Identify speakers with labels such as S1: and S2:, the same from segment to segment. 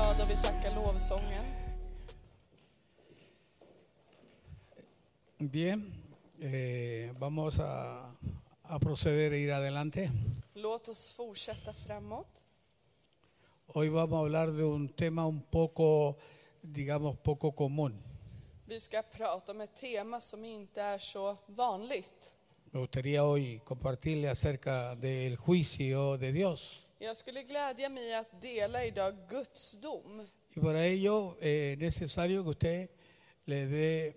S1: tillbaka lovsången.
S2: Bien, eh, vamos a, a proceder e ir adelante.
S1: Låt oss fortsätta framåt.
S2: Hoy vamos a hablar de un tema un poco, digamos, poco común.
S1: Vi ska prata om ett tema som inte är så vanligt.
S2: Me gustaría hoy compartirle acerca del juicio de Dios.
S1: Jag skulle glädja mig att dela idag Guds dom.
S2: Y para ello eh, es necesario que usted le dé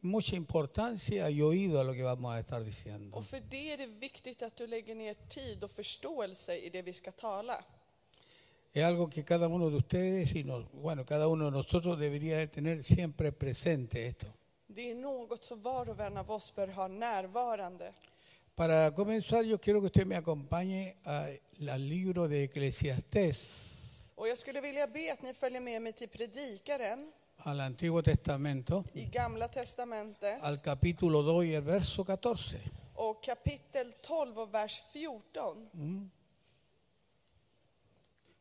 S2: mucha importancia y oído a lo que vamos a estar diciendo.
S1: Och för det är det viktigt att du lägger ner tid och förståelse i det vi ska tala.
S2: Es algo que cada uno de ustedes y nos- bueno, cada uno de nosotros debería de tener siempre presente esto.
S1: Det är något som var och en av oss bör ha närvarande.
S2: Para comenzar, yo quiero que usted me acompañe a- al libro de Eclesiastés,
S1: Och jag skulle vilja be att ni följer med mig till Predikaren
S2: al Antiguo Testamento,
S1: i Gamla Testamentet
S2: al capítulo 2 y el verso 14.
S1: och kapitel 12 och vers 14.
S2: ¿Mm?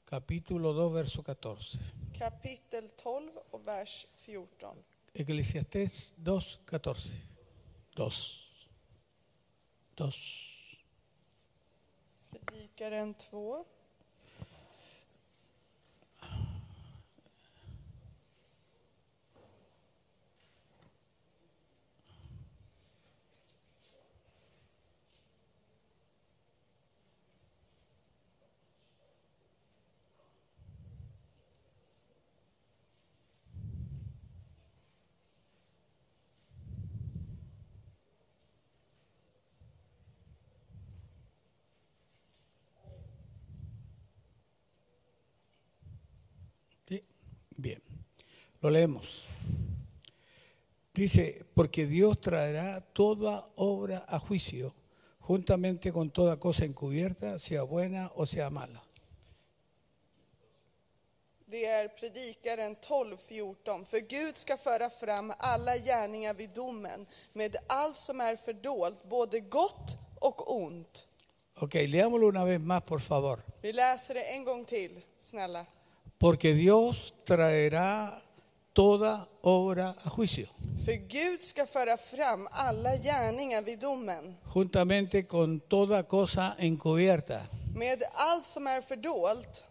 S2: Capítulo 2, verso 14.
S1: Kapitel 12 och vers 14.
S2: Eclesiastés 2, 14. 2. 2.
S1: Predikaren 2.
S2: Sí, Bien, lo leemos. Dice, porque Dios traerá toda obra a juicio, juntamente con toda cosa encubierta, sea buena o sea mala.
S1: Det är Predikaren 12.14. För Gud ska föra fram alla gärningar vid domen med allt som är fördolt, både gott och ont.
S2: Ok, leámoslo una vez más, por favor.
S1: Vi läser det en gång till, snälla.
S2: Porque Dios traerá toda obra a juicio,
S1: För Gud ska föra fram alla gärningar vid domen
S2: juntamente con toda cosa encubierta,
S1: med allt som är fördolt,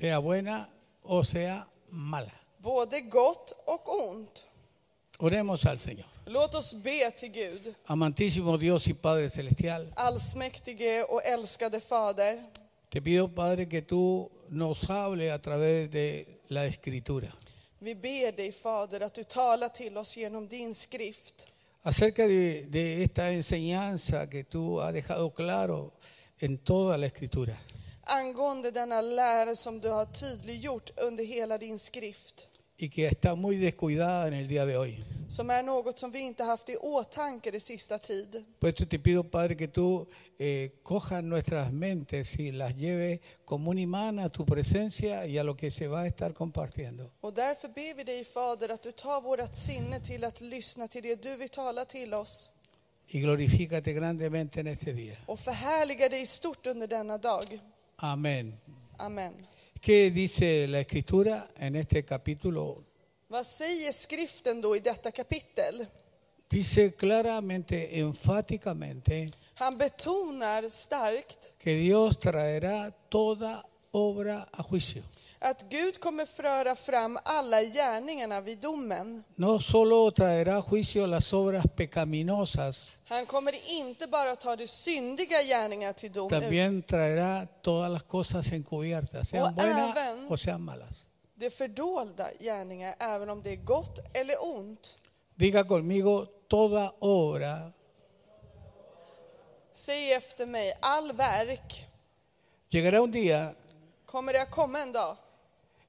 S2: sea buena o sea mala.
S1: både gott och ont.
S2: Oremos al Señor.
S1: Låt oss be till Gud,
S2: Amantísimo Dios y Padre Celestial.
S1: allsmäktige och älskade Fader.
S2: Te pido, Padre, que tú nos hable a través de la Escritura
S1: Vi ber dig, Fader, att du talar till oss genom din skrift.
S2: acerca de, de esta enseñanza que tú has dejado claro en toda la Escritura.
S1: angående denna lära som du har tydliggjort under hela din skrift,
S2: Y que está muy descuidada en el día de hoy.
S1: som är något som vi inte haft i åtanke det sista tid.
S2: Por eso te pido, Padre, que tú eh, cojas nuestras mentes y las lleves como un imán a tu presencia y a lo que se va a estar compartiendo.
S1: Och därför ber vi dig, Fader, att du tar vårt sinne till att lyssna till det du vill tala till oss
S2: Y glorifícate grandemente en este día.
S1: och förhärliga dig stort under denna dag.
S2: Amén.
S1: Amen.
S2: ¿Qué dice la Escritura en este capítulo
S1: Vad säger skriften då i detta kapitel?
S2: Dice claramente, enfáticamente,
S1: Han betonar starkt
S2: que Dios traerá toda obra a juicio.
S1: att Gud kommer föra fram alla gärningarna vid domen.
S2: No solo traerá a juicio las obras pecaminosas,
S1: Han kommer inte bara ta de syndiga gärningar till dom, utan
S2: también traerá todas las cosas encubiertas, sean
S1: O
S2: buenas
S1: aven-
S2: o sean malas.
S1: de fördolda gärningar, även om det är gott eller ont.
S2: Diga conmigo, toda obra
S1: Säg efter mig, all verk
S2: llegará un día
S1: kommer det att komma en dag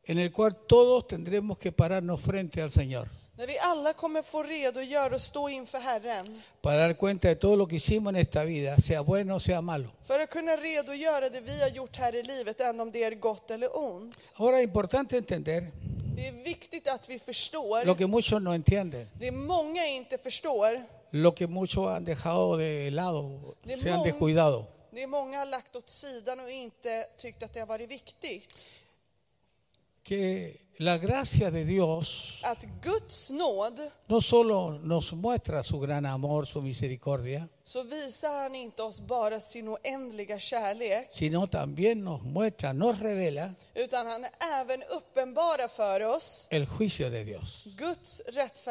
S2: en el cual todos tendremos que pararnos frente al Señor
S1: när vi alla kommer få redogöra och stå inför Herren
S2: para dar cuenta de todo lo que hicimos en esta vida, sea bueno o sea malo.
S1: för att kunna redogöra det vi har gjort här i livet, även om det är gott eller ont.
S2: Ahora, importante entender
S1: Det är viktigt att vi förstår.
S2: lo que muchos no entienden,
S1: Det många inte förstår,
S2: lo que muchos han dejado de lado,
S1: De
S2: se han
S1: mon-
S2: descuidado.
S1: det är många har lagt åt sidan och inte tyckt att det har varit viktigt.
S2: que la gracia de Dios
S1: Att Guds nåd,
S2: no solo nos muestra su gran amor, su misericordia,
S1: så visar han inte oss bara sin oändliga kärlek,
S2: sino también nos muestra, nos revela
S1: utan han även uppenbarar för oss
S2: el juicio de Dios.
S1: Guds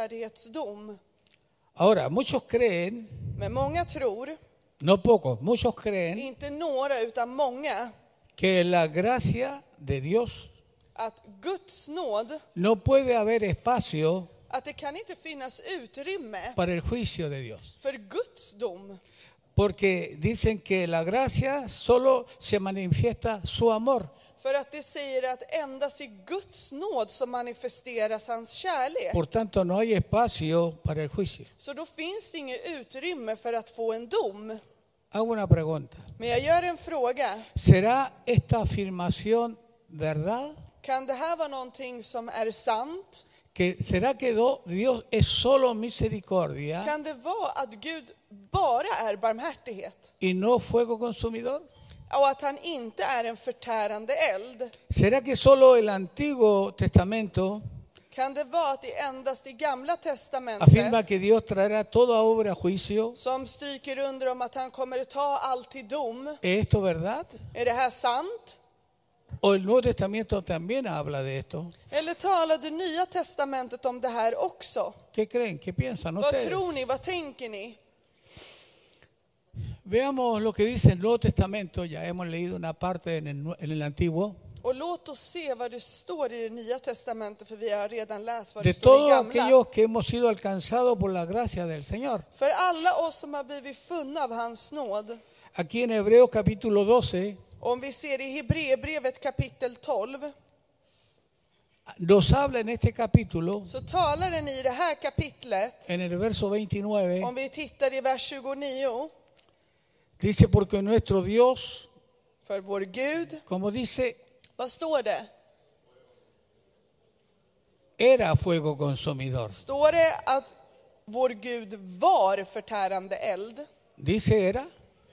S1: rättfärdighetsdom.
S2: Ahora, muchos creen,
S1: Men många tror,
S2: no pocos, muchos creen
S1: inte några utan många,
S2: que la gracia de Dios
S1: att Guds nåd,
S2: no puede haber espacio
S1: att det kan inte finnas utrymme
S2: para el juicio de Dios.
S1: för Guds dom.
S2: Porque dicen que la gracia solo se manifiesta su amor.
S1: För att det säger att endast i Guds nåd så manifesteras hans kärlek.
S2: Por tanto, no hay espacio para el juicio.
S1: Så då finns det inget utrymme för att få en dom.
S2: Hago una pregunta.
S1: Men jag gör en fråga.
S2: ¿Será esta afirmación verdad?
S1: Kan det här vara någonting som är sant?
S2: ¿Que ¿Será que do- Dios es solo misericordia
S1: Kan det vara att Gud bara är barmhärtighet?
S2: y no fuego consumidor?
S1: Och att han inte är en förtärande eld?
S2: ¿Será que solo el Antiguo Testamento
S1: Kan det vara att det endast i Gamla
S2: afirma
S1: Testamentet
S2: que Dios traerá toda obra a juicio?
S1: som stryker under om att han kommer ta allt till dom?
S2: ¿Es esto verdad?
S1: Är det här sant?
S2: ¿O el Nuevo Testamento también habla de esto?
S1: Eller talade Nya Testamentet om det här också?
S2: ¿Qué creen? ¿Qué piensan
S1: Vad tror
S2: ustedes?
S1: ni? Vad tänker ni?
S2: Veamos lo que dice el Nuevo Testamento. Ya hemos leído una parte en el, Nue- en el Antiguo.
S1: Och låt oss se vad det står i det nya testamentet, för vi har redan läst vad det
S2: De
S1: står i
S2: todos
S1: gamla.
S2: aquellos que hemos sido alcanzados por la gracia del Señor.
S1: För alla oss som har blivit funna av hans nåd.
S2: Aquí en Hebreos capítulo 12
S1: Om vi ser i Hebreerbrevet kapitel 12,
S2: nos habla en este capítulo,
S1: så talar den i det här kapitlet,
S2: en el verso
S1: om
S2: 29,
S1: vi tittar i vers 29,
S2: dice, porque nuestro Dios,
S1: för vår Gud,
S2: como dice,
S1: vad står det?
S2: era fuego consumidor.
S1: Står det att vår Gud var förtärande eld?
S2: ¿Dice era?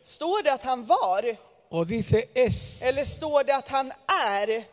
S1: Står det att han var?
S2: ¿O dice es?
S1: Eller står det att han är?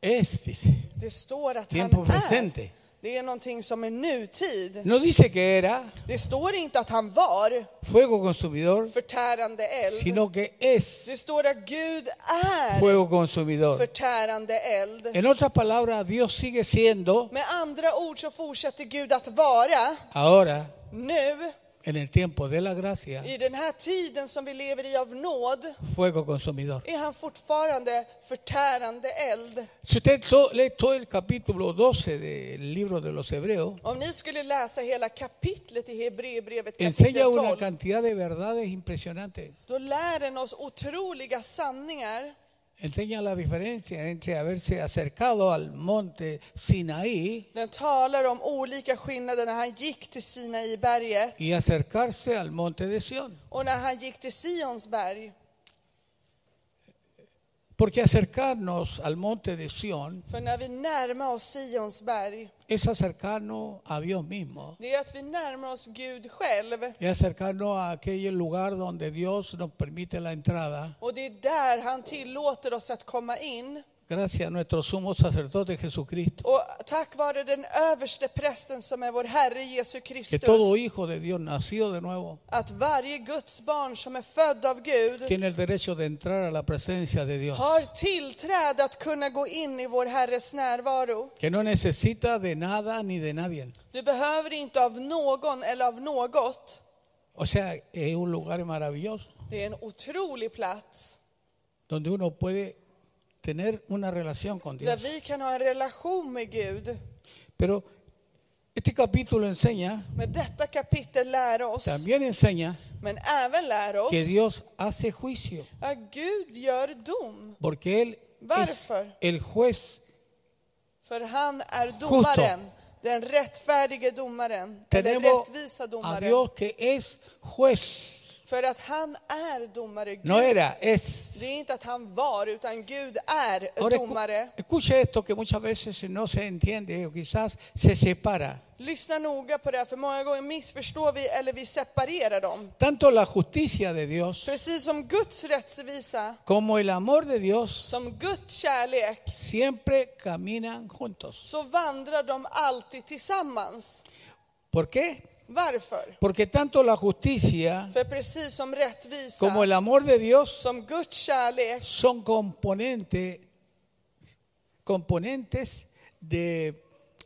S2: Es, dice.
S1: Det står att
S2: Tiempo
S1: han är.
S2: presente.
S1: Det är någonting som är nutid.
S2: No dice que era
S1: Det står inte att han var
S2: fuego consumidor,
S1: förtärande eld.
S2: sino que es
S1: Det står att Gud är
S2: fuego consumidor.
S1: förtärande eld.
S2: En otras palabras, Dios sigue siendo
S1: Med andra ord så fortsätter Gud att vara
S2: ahora,
S1: nu,
S2: en el tiempo de la gracia,
S1: i den här tiden som vi lever i av nåd,
S2: fuego consumidor.
S1: är han fortfarande förtärande eld.
S2: Si usted to- lee todo el capítulo 12 del libro de los Hebreos,
S1: Om ni skulle läsa hela kapitlet i Hebreerbrevet kapitel
S2: enseña una
S1: 12,
S2: cantidad de verdades impresionantes.
S1: då lär den oss otroliga sanningar
S2: Enseña la diferencia entre haberse acercado al monte Sinaí
S1: Den talar om olika skillnader när han gick till Sina i berget
S2: y acercarse al monte de Sión.
S1: och när han gick till Sions berg.
S2: Porque acercarnos al monte de Sión
S1: För när vi närmar oss Sions berg,
S2: es acercarnos a Dios mismo,
S1: det är att vi närmar oss Gud själv.
S2: es acercarnos a aquel lugar donde Dios nos permite la entrada,
S1: Och det är där han tillåter oss att komma in.
S2: gracias a nuestro sumo sacerdote Jesucristo.
S1: Och tack vare den överste prästen som är vår Herre Jesu
S2: Que todo
S1: Kristus,
S2: hijo de Dios nacido de nuevo
S1: att varje Guds barn som är född av Gud
S2: tiene el derecho de entrar a la presencia de Dios,
S1: har tillträde att kunna gå in i vår Herres närvaro.
S2: que no necesita de nada ni de nadie.
S1: Du behöver inte av någon eller av något
S2: O sea, es un lugar maravilloso
S1: Det är en otrolig plats
S2: donde uno puede tener una relación con
S1: där
S2: Dios.
S1: vi kan ha en relation med Gud.
S2: Pero este capítulo enseña,
S1: Men detta kapitel lär oss,
S2: también enseña
S1: men även lär oss,
S2: que Dios hace juicio,
S1: att Gud gör dom.
S2: porque Él es
S1: Varför?
S2: el juez.
S1: För han är domaren, den rättfärdige domaren, den
S2: Tenemos
S1: rättvisa
S2: a
S1: domaren.
S2: Dios que es juez.
S1: För att han är domare, Gud.
S2: No era, es.
S1: Det är inte att han var, utan Gud är
S2: Ahora escu-
S1: domare.
S2: escuche esto que muchas veces no se entiende o quizás se separa.
S1: Lyssna noga på det, här, för många gånger missförstår vi eller vi separerar dem.
S2: Tanto la justicia de Dios
S1: Precis som Guds rättvisa,
S2: como el amor de Dios
S1: som Guds kärlek,
S2: siempre caminan juntos.
S1: så vandrar de alltid tillsammans.
S2: ¿Por qué?
S1: Varför?
S2: Porque tanto la justicia
S1: För precis som rättvisa,
S2: como el amor de Dios
S1: som Guds kärlek,
S2: son componente, componentes de,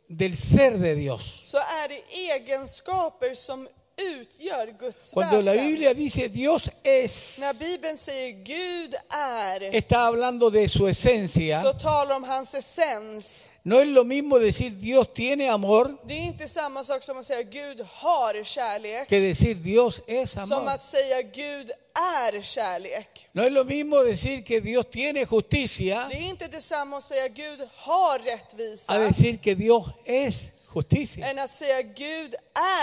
S2: del ser de Dios.
S1: så är det egenskaper som utgör Guds
S2: Cuando la
S1: väsen.
S2: Biblia dice Dios es,
S1: När Bibeln säger Gud är,
S2: está hablando de su esencia.
S1: så talar om hans essens.
S2: No es lo mismo decir Dios tiene amor
S1: Det är inte samma sak som att säga Gud har kärlek,
S2: que decir Dios es
S1: som
S2: amor.
S1: att säga Gud är kärlek.
S2: No es lo mismo decir que Dios tiene justicia
S1: Det är inte detsamma att säga Gud har
S2: a
S1: rättvisa,
S2: decir que Dios es justicia.
S1: än att säga Gud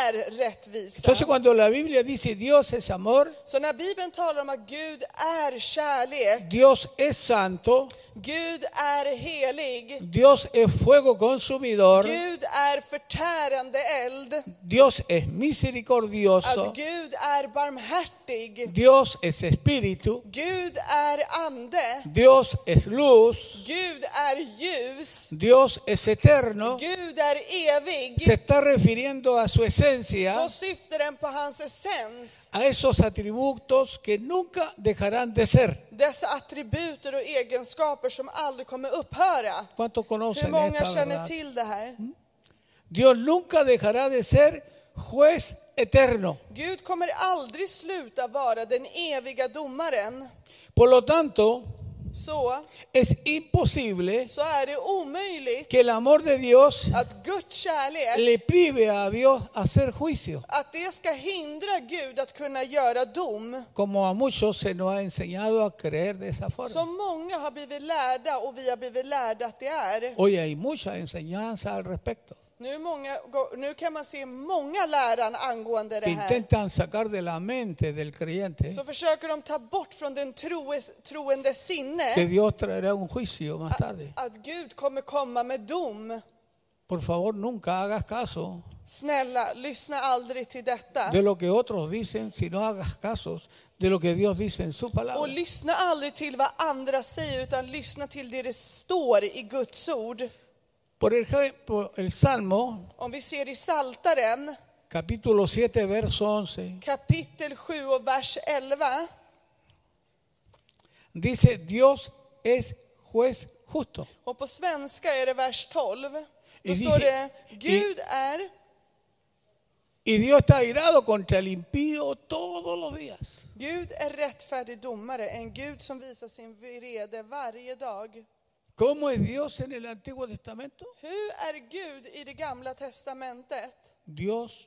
S1: är rättvisa.
S2: Entonces cuando la Biblia dice Dios es amor,
S1: Så när Bibeln talar om att Gud är kärlek,
S2: Dios es santo,
S1: Gud är helig,
S2: Dios es fuego consumidor,
S1: Gud är förtärande eld,
S2: Dios es misericordioso,
S1: att Gud är barmhärtig,
S2: Dios es espíritu,
S1: Gud är ande,
S2: Dios es luz,
S1: Gud är ljus,
S2: Dios es eterno.
S1: Gud är
S2: Se
S1: evig.
S2: está refiriendo a su esencia,
S1: Då syftar den på hans essens,
S2: a esos atributos que nunca dejarán de ser.
S1: dessa attributer och egenskaper som aldrig kommer upphöra.
S2: ¿Cuántos
S1: Hur
S2: conocen
S1: många
S2: esta
S1: känner
S2: verdad?
S1: till det här?
S2: Dios nunca dejará de ser juez eterno.
S1: Gud kommer aldrig sluta vara den eviga domaren.
S2: Por lo tanto,
S1: Så,
S2: es imposible
S1: så är det omöjligt
S2: que el amor de Dios
S1: att Guds kärlek,
S2: le prive a Dios hacer juicio,
S1: att det ska hindra Gud att kunna göra dom.
S2: como a muchos se nos ha enseñado a creer de esa forma.
S1: Som många har blivit lärda och vi har blivit lärda att det är.
S2: Hoy hay mucha enseñanza al respecto,
S1: Nu, är många, gå- nu kan man se många läran angående det
S2: que
S1: här.
S2: intentan sacar de la mente del creyente
S1: Så försöker de ta bort från den troes, troende
S2: que
S1: sinne
S2: Dios traerá un juicio más tarde.
S1: att Gud kommer komma med dom.
S2: Por favor, nunca hagas caso
S1: Snälla, lyssna aldrig till detta.
S2: de lo que otros dicen, sino hagas caso de lo que Dios dice en su
S1: Och
S2: palabra.
S1: lyssna aldrig till vad andra säger utan lyssna till det det står i Guds ord.
S2: Por ejemplo, el Salmo,
S1: Om vi ser i Saltaren
S2: capítulo 7, verso 11,
S1: kapitel 7 och vers 11.
S2: dice, Dios es juez justo.
S1: Och på svenska är det vers 12. Då
S2: I
S1: står
S2: dice-
S1: det Gud är,
S2: Y Dios está airado contra el impío todos los días.
S1: Gud är rättfärdig domare, en Gud som visar sin vrede varje dag.
S2: ¿Cómo es Dios en el Antiguo Testamento?
S1: Hur är Gud i det gamla testamentet?
S2: Dios,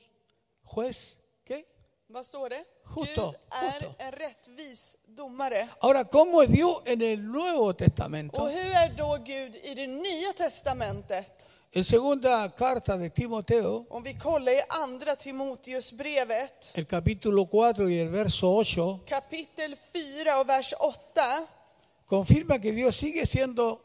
S2: juez, ¿qué?
S1: Vad står det?
S2: Justo,
S1: Gud är
S2: justo.
S1: en rättvis domare.
S2: Ahora, ¿cómo es Dios en el Nuevo Testamento?
S1: Och hur är då Gud i det nya testamentet?
S2: En segunda carta de Timoteo,
S1: Om vi kollar i andra Timoteusbrevet
S2: el capítulo 4 y el verso 8,
S1: kapitel 4 och vers 8
S2: confirma que Dios sigue siendo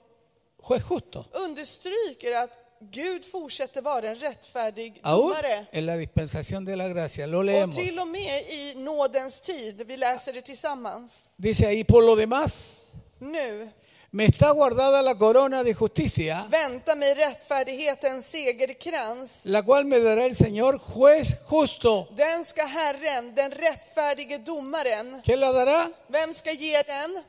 S2: juez justo,
S1: understryker att Gud fortsätter vara en rättfärdig
S2: aún
S1: domare.
S2: en la dispensación de la gracia. Lo
S1: Och
S2: leemos.
S1: till och med i nådens tid, vi läser det tillsammans.
S2: Dice ahí, por lo demás,
S1: Nu
S2: me está guardada la corona de justicia,
S1: väntar mig rättfärdighetens segerkrans.
S2: la cual me dará el Señor juez justo.
S1: Den ska Herren, den rättfärdige domaren.
S2: ¿Quién la dará?
S1: Vem ska ge den?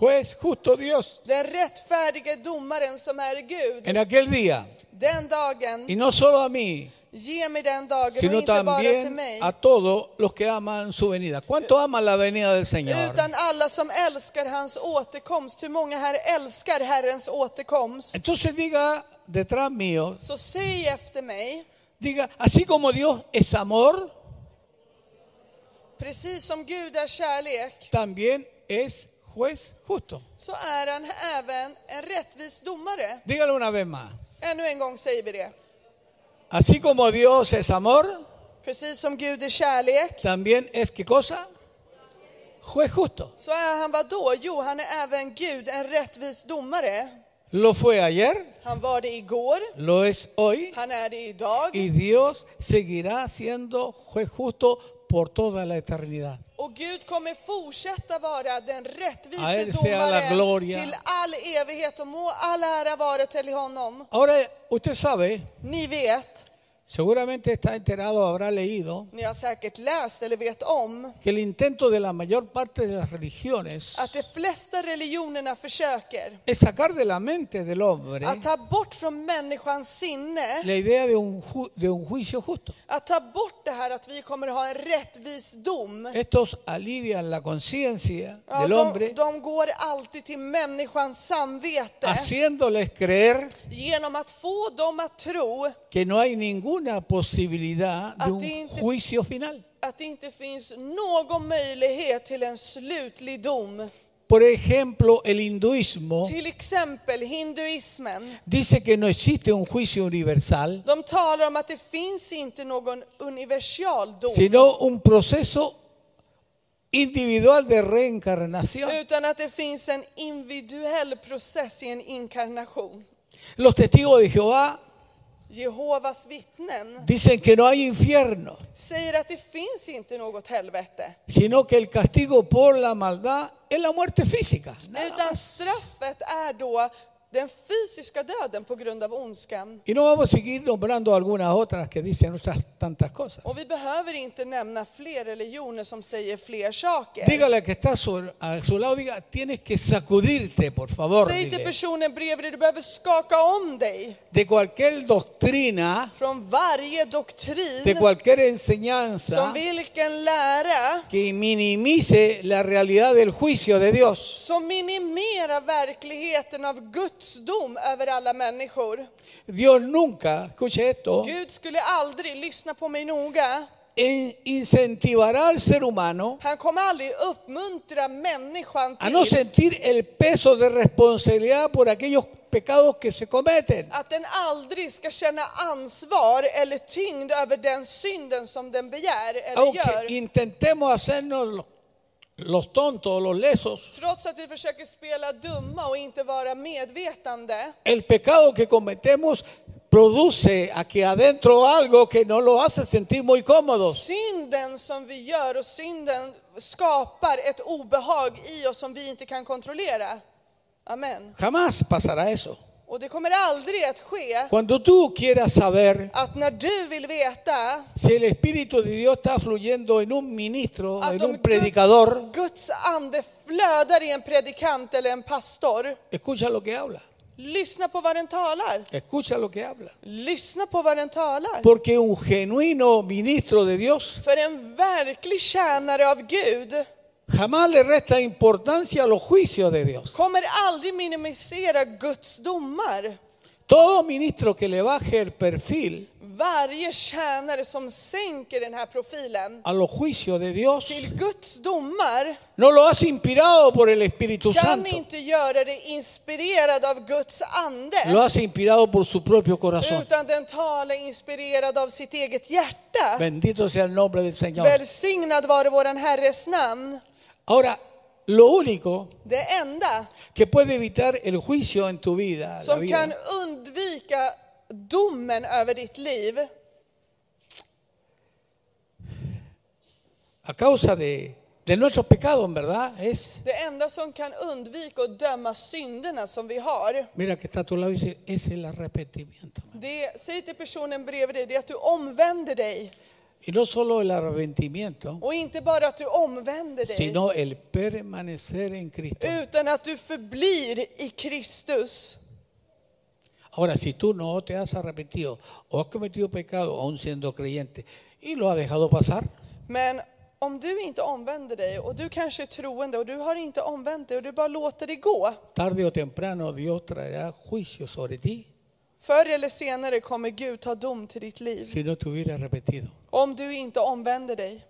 S2: Juez justo Dios
S1: Den rättfärdige domaren som är Gud.
S2: en aquel día.
S1: Den
S2: Y
S1: dagen,
S2: no solo a mí,
S1: ge mig den dagen och
S2: sino
S1: inte bara till
S2: también
S1: mig.
S2: a todos los que aman su venida. ¿Cuánto aman la venida del Señor?
S1: Utan alla som älskar hans återkomst. Hur många här älskar Herrens återkomst?
S2: Entonces diga detrás mío,
S1: Så säg efter mig,
S2: diga, así como Dios es amor,
S1: precis som Gud är kärlek,
S2: también es juez justo.
S1: så är han även en rättvis domare.
S2: Dígalo una vez más.
S1: Ännu en gång säger vi det.
S2: Así como Dios es amor,
S1: Precis som Gud är kärlek,
S2: también es qué cosa? Juez justo.
S1: så är han vad då? Jo, han är även Gud, en rättvis domare.
S2: Lo fue ayer,
S1: Han var det igår,
S2: lo es hoy
S1: han är det idag
S2: y Dios seguirá siendo juez justo por toda la eternidad.
S1: och Gud kommer fortsätta vara den
S2: A
S1: rättvise
S2: él sea la
S1: domaren
S2: gloria.
S1: till all evighet och må all ära vara till honom.
S2: Ahora usted sabe,
S1: Ni vet,
S2: seguramente está enterado, habrá leído,
S1: ni har säkert läst eller vet om
S2: que el intento de la mayor parte de las religiones
S1: att de flesta religionerna försöker
S2: es sacar de la mente del hombre
S1: att ta bort från människans sinne,
S2: la idea de un, ju- de un juicio justo.
S1: att ta bort det här att vi kommer ha en rättvis dom.
S2: Estos alivian la conciencia
S1: Ja,
S2: del
S1: de,
S2: hombre
S1: de går alltid till människans samvete
S2: haciéndoles creer
S1: genom att få dem att tro
S2: que no hay ninguna posibilidad de
S1: A ti
S2: un
S1: te-
S2: juicio final.
S1: att det inte finns någon möjlighet till en slutlig dom.
S2: Por ejemplo, el hinduismo
S1: Till exempel hinduismen.
S2: dice que no existe un juicio universal,
S1: De talar om att det finns inte någon universal dom,
S2: sino un proceso individual de reencarnación.
S1: utan att det finns en individuell process i en inkarnation.
S2: Los testigos de Jehová
S1: Jehovas vittnen
S2: dicen que no hay infierno,
S1: säger att det finns inte något helvete,
S2: sino que el castigo por la maldad es la muerte física. nada
S1: utan
S2: más.
S1: straffet är då den fysiska döden på grund av ondskan.
S2: Y no vamos a seguir nombrando algunas otras que dicen otras tantas cosas.
S1: Och vi behöver inte nämna fler religioner som säger fler saker.
S2: Dígale al que está a su, a su lado, diga, tienes que sacudirte, por favor,
S1: Säg till
S2: dile,
S1: personen bredvid dig, du behöver skaka om dig
S2: de cualquier doctrina,
S1: från varje
S2: de
S1: doktrin,
S2: cualquier
S1: som
S2: enseñanza
S1: vilken lära,
S2: que minimice la realidad del juicio de Dios.
S1: som minimerar verkligheten av Guds dom över alla människor.
S2: Dios nunca, escuche esto,
S1: Gud skulle aldrig, lyssna på mig noga,
S2: en- incentivará al ser humano
S1: han kommer aldrig uppmuntra människan
S2: a no
S1: till
S2: sentir el peso de responsabilidad por aquellos pecados que se cometen.
S1: att den aldrig ska känna ansvar eller tyngd över den synden som den begär eller
S2: Aunque
S1: gör.
S2: intentemos hacernos lo- los tontos, los lesos,
S1: Trots att vi försöker spela dumma och inte vara medvetande
S2: El pecado que cometemos produce aquí adentro algo que no lo hace sentir muy cómodos.
S1: Synden som vi gör och synden skapar ett obehag i oss som vi inte kan kontrollera. Amen.
S2: Jamás pasará eso.
S1: Och det kommer aldrig att ske
S2: Cuando tú quieras saber
S1: att när du vill veta
S2: si el Espíritu de Dios está fluyendo en un ministro,
S1: att
S2: en
S1: om
S2: un
S1: Gud-
S2: predicador,
S1: Guds ande flödar i en predikant eller en pastor,
S2: escucha lo que habla,
S1: lyssna på vad den talar.
S2: escucha lo que habla.
S1: Lyssna på vad den talar.
S2: Porque un genuino ministro de Dios
S1: För en verklig tjänare av Gud
S2: jamás le resta importancia a los juicios de Dios.
S1: kommer aldrig minimisera Guds domar.
S2: Todo ministro que le baje el perfil
S1: Varje tjänare som sänker den här profilen
S2: a los juicios de Dios
S1: till Guds domar
S2: no lo hace inspirado por el Espíritu
S1: kan
S2: Santo.
S1: inte göra det inspirerad av Guds
S2: lo
S1: ande
S2: hace inspirado por su propio corazón.
S1: utan den talar inspirerad av sitt eget hjärta.
S2: Bendito sea el nombre del Señor.
S1: Välsignad vare våran Herres namn.
S2: Ahora, lo único
S1: Det enda
S2: que puede evitar el juicio en tu vida, la
S1: som
S2: vida,
S1: kan undvika domen över ditt liv
S2: a causa de, de nuestros pecados, en verdad, es,
S1: det enda som kan undvika att döma synderna som vi har,
S2: mira que está a tu lado y dice, es el arrepentimiento.
S1: det, säg till personen bredvid dig, det är att du omvänder dig.
S2: Y no solo el arrepentimiento,
S1: Och inte bara att du omvänder dig,
S2: sino el permanecer en Cristo.
S1: utan att du förblir i Kristus.
S2: Ahora, si tú no te has arrepentido o has cometido pecado aún siendo creyente y lo has dejado pasar,
S1: Men om du inte omvänder dig, och du kanske är troende och du har inte omvänt dig och du bara låter det gå,
S2: tarde o temprano Dios traerá juicio sobre ti
S1: förr eller senare kommer Gud ta dom till ditt liv.
S2: si no te hubiera arrepentido.
S1: Om du inte omvänder dig.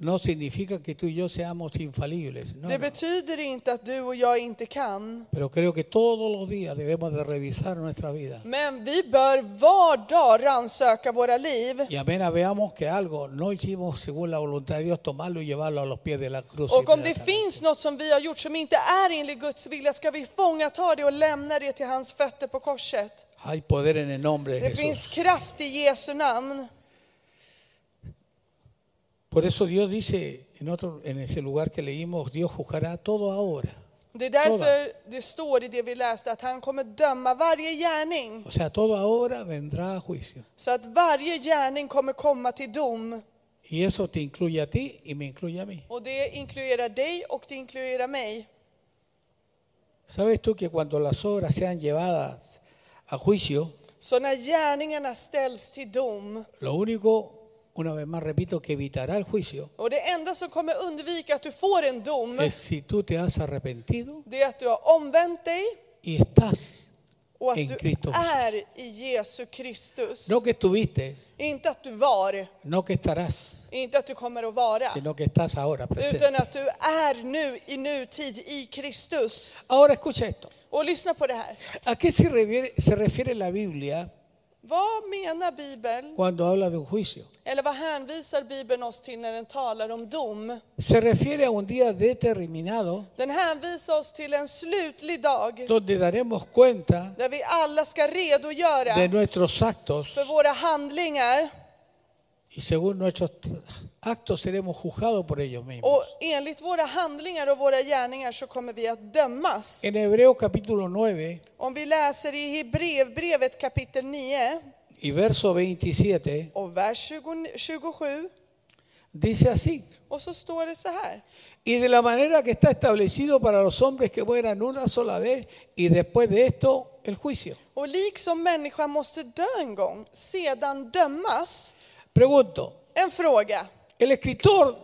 S2: no significa que tú y yo seamos infalibles, no,
S1: Det
S2: no.
S1: betyder inte att du och jag inte kan.
S2: pero creo que todos los días debemos de revisar nuestra vida.
S1: Men vi bör var dag rannsöka våra liv.
S2: Y apenas veamos que algo no hicimos según la voluntad de Dios, tomarlo y llevarlo a los pies de la cruz.
S1: Och om det
S2: inmediatamente.
S1: finns något som vi har gjort som inte är enligt Guds vilja ska vi fångata det och lämna det till hans fötter på korset.
S2: Hay poder en el nombre de
S1: Det finns
S2: Jesús.
S1: kraft i Jesu namn.
S2: Por eso Dios dice en otro, en ese lugar que leímos, Dios juzgará todo ahora.
S1: Det är därför det står i det vi läste att han kommer döma varje gärning.
S2: O sea, todo ahora vendrá a juicio.
S1: Så att varje gärning kommer komma till dom.
S2: Y eso te incluye a ti y me incluye a mí.
S1: Och det inkluderar dig och det inkluderar mig.
S2: ¿Sabes tú que cuando las obras sean llevadas a juicio,
S1: Så när gärningarna ställs till dom,
S2: lo único, una vez más repito, que evitará el juicio
S1: och det enda som kommer undvika att du får en dom,
S2: es si tú te has arrepentido
S1: det är att du har omvänt dig
S2: y estás,
S1: och att
S2: En
S1: du
S2: Kristus.
S1: är i Jesu Kristus.
S2: no que estuviste,
S1: Inte att du var,
S2: no que estarás,
S1: inte att du kommer att vara,
S2: sino que estás ahora
S1: utan
S2: presente.
S1: att du är nu i nutid i Kristus.
S2: Ahora escucha esto.
S1: Och lyssna på det här.
S2: ¿A qué se refiere, se refiere la Biblia
S1: Vad menar Bibeln?
S2: cuando habla de un juicio?
S1: Eller vad hänvisar Bibeln oss till när den talar om dom?
S2: Se refiere a un día determinado
S1: Den hänvisar oss till en slutlig dag
S2: donde daremos cuenta
S1: där vi alla ska redogöra
S2: de nuestros actos
S1: för våra handlingar
S2: y según nuestros t- actos seremos juzgados por ellos mismos.
S1: och enligt våra handlingar och våra gärningar så kommer vi att dömas.
S2: En Hebreos capítulo 9
S1: Om vi läser i Hebreerbrevet kapitel 9
S2: y verso 27
S1: och vers 20 27
S2: dice así,
S1: och så står det så här.
S2: y de la manera que está establecido para los hombres que mueran una sola vez y después de esto el juicio.
S1: Och liksom människan måste dö en gång, sedan dömas.
S2: Pregunto,
S1: En fråga.
S2: el escritor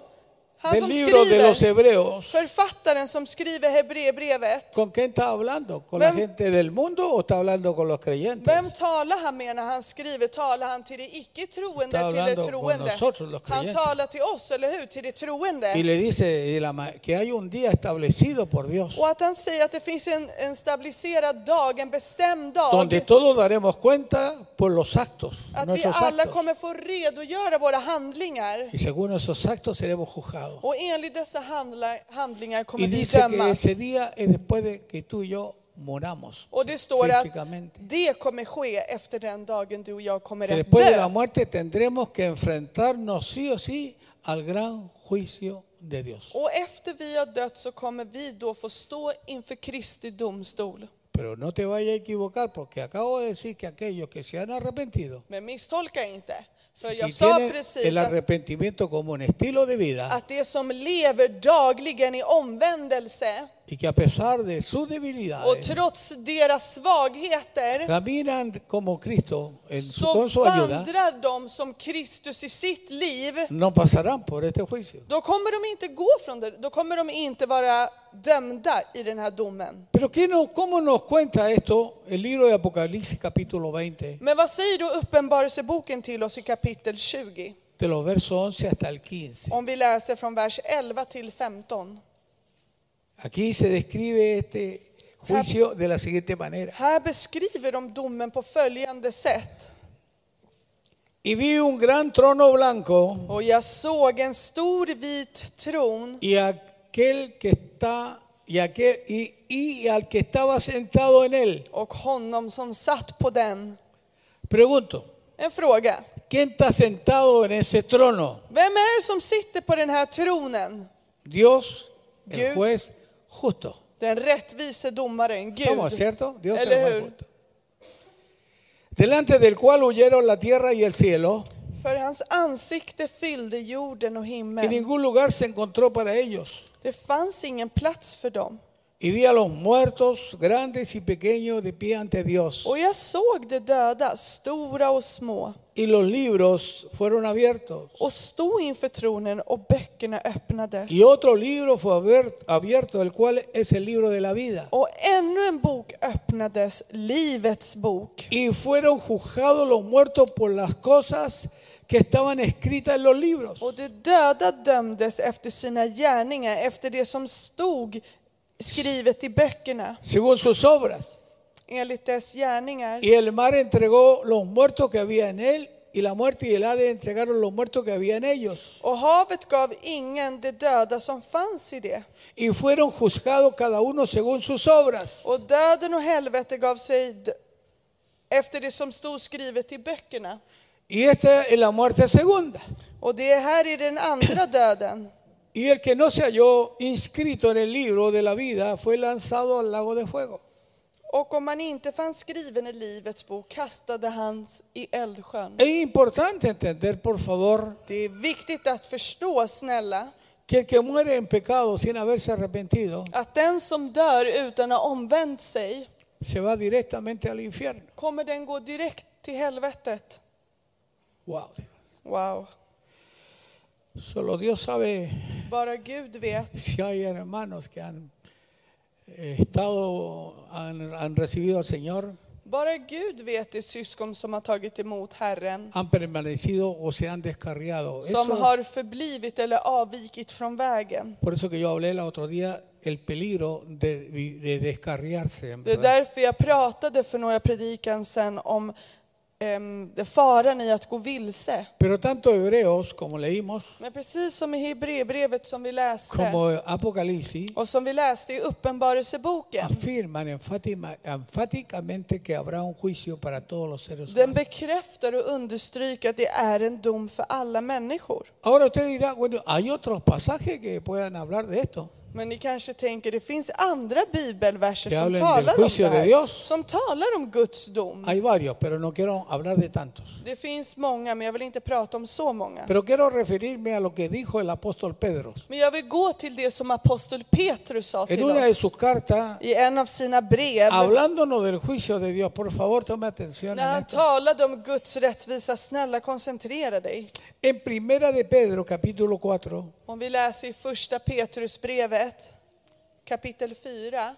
S1: Han
S2: del
S1: som
S2: libro de los
S1: skriver
S2: Hebreos
S1: Författaren som skriver Hebreerbrevet,
S2: ¿Con quién está hablando? ¿Con
S1: Vem-
S2: la gente del mundo o está hablando con los creyentes?
S1: vem talar han med när han skriver? Talar han till det icke-troende,
S2: Está
S1: till det
S2: hablando con
S1: troende?
S2: nosotros, los
S1: Han
S2: creyentes.
S1: talar till oss, eller hur? Till det
S2: Y
S1: troende.
S2: le dice de la ma- que hay un día establecido por Dios
S1: Och att han säger att det finns en, en stabiliserad dag, en bestämd dag,
S2: donde todos daremos cuenta por los actos,
S1: att vi
S2: nuestros
S1: alla
S2: actos.
S1: kommer få redogöra våra handlingar.
S2: Y según esos actos seremos juzgados.
S1: Och enligt dessa handlar, handlingar
S2: Y
S1: kommer vi
S2: dice que
S1: dömas.
S2: ese día es después de que tú y yo moramos
S1: Och det står att
S2: físicamente.
S1: det kommer ske efter den dagen du och jag kommer
S2: Que
S1: att
S2: después de la
S1: dö.
S2: muerte tendremos que enfrentarnos sí o sí al gran juicio de Dios.
S1: Och efter vi har dött så kommer vi då få stå inför Kristi domstol.
S2: Pero no te vayas a equivocar porque acabo de decir que aquellos que se han arrepentido
S1: Men misstolka inte. För
S2: y
S1: jag sa
S2: tiene
S1: precis
S2: el
S1: att,
S2: arrepentimiento como un estilo de vida
S1: att det som lever dagligen i omvändelse
S2: y que a pesar de sus
S1: och
S2: debilidades
S1: trots deras svagheter
S2: caminan como Cristo en su,
S1: så
S2: con su ayuda,
S1: vandrar de som Kristus i sitt liv.
S2: no pasarán por este juicio.
S1: Då kommer de inte gå från det, då kommer de inte vara dömda i den här domen.
S2: Pero ¿qué no, ¿cómo nos cuenta esto el libro de Apocalipsis capítulo 20,
S1: Men vad säger då Uppenbarelseboken till oss i kapitel 20?
S2: de los versos 11 hasta el 15?
S1: Om vi läser från vers 11 till 15.
S2: Aquí se describe este juicio de la siguiente manera.
S1: Här beskriver de domen på följande sätt.
S2: Y vi un gran trono blanco
S1: Och jag såg en stor vit tron
S2: y aquel que está y aquel y, y al que estaba sentado en él.
S1: och honom som satt på den.
S2: Pregunto,
S1: En fråga.
S2: ¿Quién está sentado en ese trono?
S1: Vem är det som sitter på den här tronen?
S2: Dios, el
S1: Dios.
S2: juez justo.
S1: Den rättvise domaren, Gud.
S2: ¿Estamos cierto? Dios el
S1: Eller
S2: juez
S1: hur?
S2: justo. Delante del cual huyeron la tierra y el cielo,
S1: För hans ansikte fyllde jorden och
S2: y
S1: himlen.
S2: ningún lugar se encontró para ellos.
S1: Det fanns ingen plats för dem.
S2: Y vi a los muertos, grandes y pequeños, de pie ante Dios.
S1: Och jag såg de döda, stora och små,
S2: Y los libros fueron abiertos.
S1: och stod inför tronen och böckerna öppnades.
S2: Y otro libro fue abier- abierto, el cual es el libro de la vida.
S1: Och ännu en bok öppnades, Livets bok.
S2: Y fueron juzgados los muertos por las cosas que estaban escritas en los libros.
S1: Och de döda dömdes efter sina gärningar, efter det som stod skrivet i böckerna,
S2: según sus obras.
S1: enligt dess gärningar.
S2: Y el mar entregó los muertos que había en él, y la muerte y el Hades entregaron los muertos que había en ellos.
S1: Och havet gav ingen de döda som fanns i det.
S2: Y fueron juzgados cada uno según sus obras.
S1: Och döden och helvetet gav sig d- efter det som stod skrivet i böckerna.
S2: Y esta es la muerte segunda.
S1: Och det här är den andra döden.
S2: Y el que no se halló inscrito en el libro de la vida fue lanzado al lago de fuego.
S1: Och om man inte fanns skriven i Livets bok kastade han i eldsjön.
S2: Es importante entender, por favor,
S1: Det är viktigt att förstå, snälla,
S2: que el que muere en pecado sin haberse arrepentido
S1: att den som dör utan att ha omvänt sig
S2: se va directamente al infierno.
S1: kommer den gå direkt till helvetet.
S2: Wow.
S1: Wow.
S2: Solo Dios sabe
S1: Bara Gud vet
S2: si hay hermanos que han eh, estado, han, han recibido al Señor,
S1: Bara Gud vet de syskon som har tagit emot Herren,
S2: han permanecido o se han descarriado.
S1: som
S2: Eso-
S1: har förblivit eller avvikit från vägen.
S2: por eso que yo hablé el otro día el peligro de, de descarriarse. en
S1: Det är
S2: verdad.
S1: därför jag pratade för några predikan sen om em, det faran i att gå vilse.
S2: Pero tanto Hebreos, como leímos,
S1: Men precis som i Hebreerbrevet som vi läste
S2: como Apocalipsis,
S1: och som vi läste i Uppenbarelseboken,
S2: afirman enfátima- enfáticamente que habrá un juicio para todos los seres
S1: den
S2: humanos.
S1: bekräftar och understryker att det är en dom för alla människor.
S2: Ahora usted dirá, bueno, hay otros pasajes que puedan hablar de esto.
S1: Men ni kanske tänker, det finns andra bibelverser
S2: Que
S1: som
S2: hablen del
S1: talar om
S2: juicio
S1: det
S2: de
S1: här,
S2: Dios.
S1: som talar om Guds dom.
S2: Hay varios, pero no quiero hablar de tantos.
S1: Det finns många, men jag vill inte prata om så många.
S2: Pero quiero referirme a lo que dijo el apóstol Pedro.
S1: Men jag vill gå till det som apostel Petrus sa
S2: En
S1: till
S2: una de
S1: oss
S2: sus cartas,
S1: i en av sina brev.
S2: hablándonos del juicio de Dios, por favor, tome atención.
S1: När
S2: En,
S1: han
S2: esto.
S1: talade om Guds rättvisa, snälla koncentrera dig.
S2: en primera de Pedro, capítulo 4,
S1: Om vi läser i första Petrusbrevet kapitel 4,